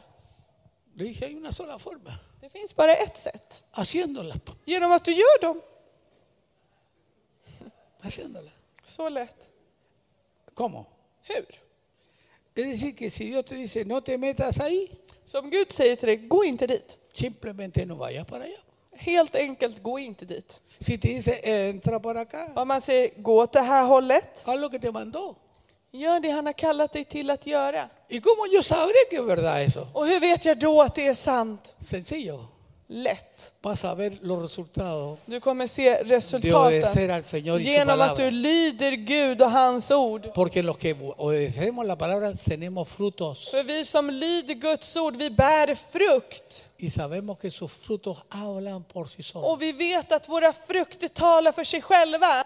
S2: Le dije, hay una sola forma,
S1: Det finns bara ett sätt.
S2: haciéndolas, pa,
S1: Genom att du gör dem.
S2: haciéndolas.
S1: Så lätt.
S2: ¿Cómo?
S1: Hur?
S2: Es decir, que si Dios te dice, no te metas ahí,
S1: Som Gud säger till dig, gå inte dit.
S2: simplemente no vayas para allá.
S1: Helt enkelt, gå inte dit.
S2: Si te dice, entra para acá,
S1: Om man säger, gå åt det här hållet,
S2: haz lo que te mandó.
S1: gör det han har kallat dig till att göra.
S2: ¿Y cómo yo sabré que es verdad eso?
S1: Och hur vet jag då att det är sant?
S2: Sencillo,
S1: Lätt.
S2: vas a ver los resultados
S1: Du kommer
S2: de
S1: se resultaten
S2: obedecer al Señor y su
S1: genom att du
S2: palabra.
S1: lyder Gud och hans ord.
S2: Porque los que obedecemos la palabra tenemos frutos
S1: För vi som lyder Guds ord, vi bär frukt.
S2: y sabemos que sus frutos hablan por sí solos.
S1: Och vi vet att våra frukter talar för sig själva.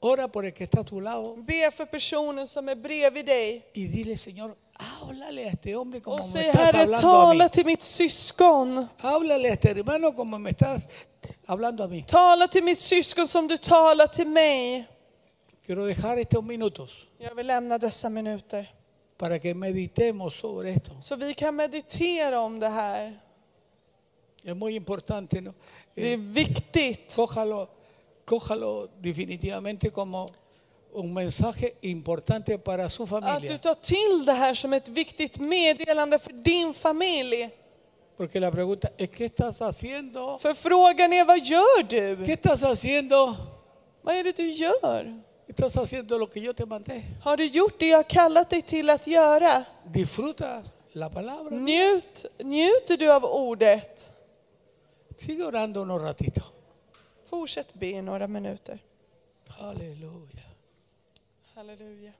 S2: Ora por el que está a tu lado
S1: Be för personen som är bredvid dig
S2: y dile, Señor, háblale a este hombre como
S1: Och
S2: me
S1: säg
S2: estás
S1: Herre,
S2: hablando a mí.
S1: tala till mitt syskon.
S2: Háblale a este hermano como me estás hablando a mí.
S1: Tala till mitt syskon som du talar till mig.
S2: Quiero dejar estos minutos
S1: Jag vill lämna dessa minuter.
S2: para que meditemos sobre esto.
S1: Så vi kan meditera om det här.
S2: Es muy importante, ¿no?
S1: Det är
S2: Eh,
S1: viktigt.
S2: cójalo, cójalo definitivamente como un mensaje importante para su
S1: Att du
S2: familia.
S1: tar till det här som ett viktigt meddelande för din familj.
S2: Porque la pregunta es, ¿qué estás haciendo?
S1: För frågan är, vad gör
S2: ¿Qué
S1: du?
S2: estás haciendo?
S1: Vad är det du gör?
S2: Estás haciendo lo que yo te mandé.
S1: Har du gjort det jag har kallat dig till att göra?
S2: Disfruta la palabra.
S1: Njut, njuter du av ordet?
S2: Sigue orando unos ratitos.
S1: Fortsätt be i några minuter.
S2: Aleluya.
S1: Halleluja.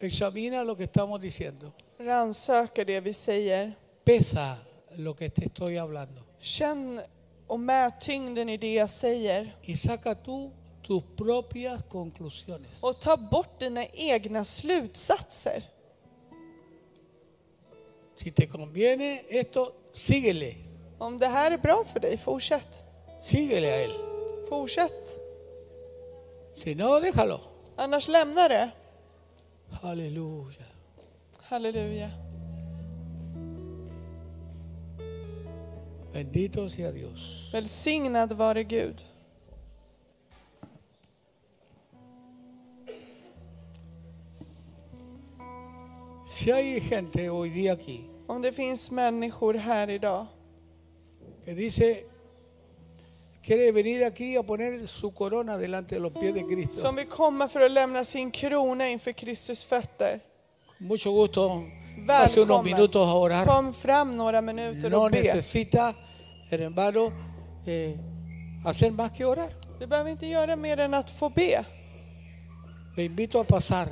S2: Examina lo que estamos diciendo.
S1: Rannsaka det vi säger.
S2: Pesa lo que te estoy hablando.
S1: Känn och mät tyngden i det jag säger.
S2: Y saca tú tus propias conclusiones.
S1: Och ta bort dina egna slutsatser.
S2: Si te conviene esto, síguele.
S1: Om det här är bra för dig, fortsätt.
S2: Síguele a él.
S1: Fortsätt.
S2: Si no, déjalo.
S1: Annars lämna det.
S2: Aleluya.
S1: Halleluja.
S2: Bendito sea Dios.
S1: Välsignad vare Gud.
S2: Si hay gente hoy día aquí
S1: Om det finns människor här idag
S2: que dice, quiere venir aquí a poner su corona delante de los pies de Cristo.
S1: som vill komma för att lämna sin krona inför Kristus fötter.
S2: Mucho gusto. Hace unos
S1: Välkommen.
S2: minutos a orar.
S1: Kom fram några minuter
S2: No
S1: och be.
S2: necesita, hermano, eh, hacer más que orar.
S1: Du behöver inte göra mer än att få be.
S2: Le invito a pasar.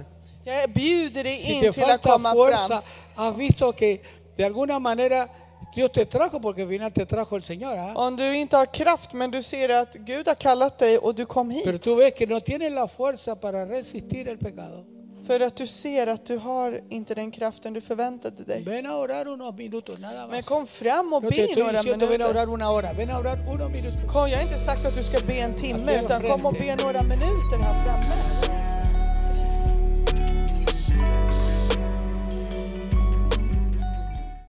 S1: Jag bjuder dig
S2: Si
S1: in
S2: te
S1: till att
S2: falta
S1: komma
S2: fuerza,
S1: fram.
S2: has visto que de alguna manera Dios te trajo, porque al final te trajo el Señor. ¿ah?
S1: Om du inte har kraft men du ser att Gud har kallat dig och du kom
S2: Pero
S1: hit
S2: tú ves que no tienes la fuerza para resistir el pecado.
S1: för att du ser att du har inte den kraften du förväntade dig.
S2: Ven a orar unos minutos, nada
S1: Men
S2: más.
S1: kom fram och
S2: No te
S1: be
S2: estoy
S1: några
S2: diciendo ven a
S1: minuter.
S2: orar una hora, ven a orar unos minutos.
S1: Kom, jag har inte sagt att du ska be en
S2: Att be
S1: timme
S2: en
S1: utan kom och be
S2: frente.
S1: några minuter här framme.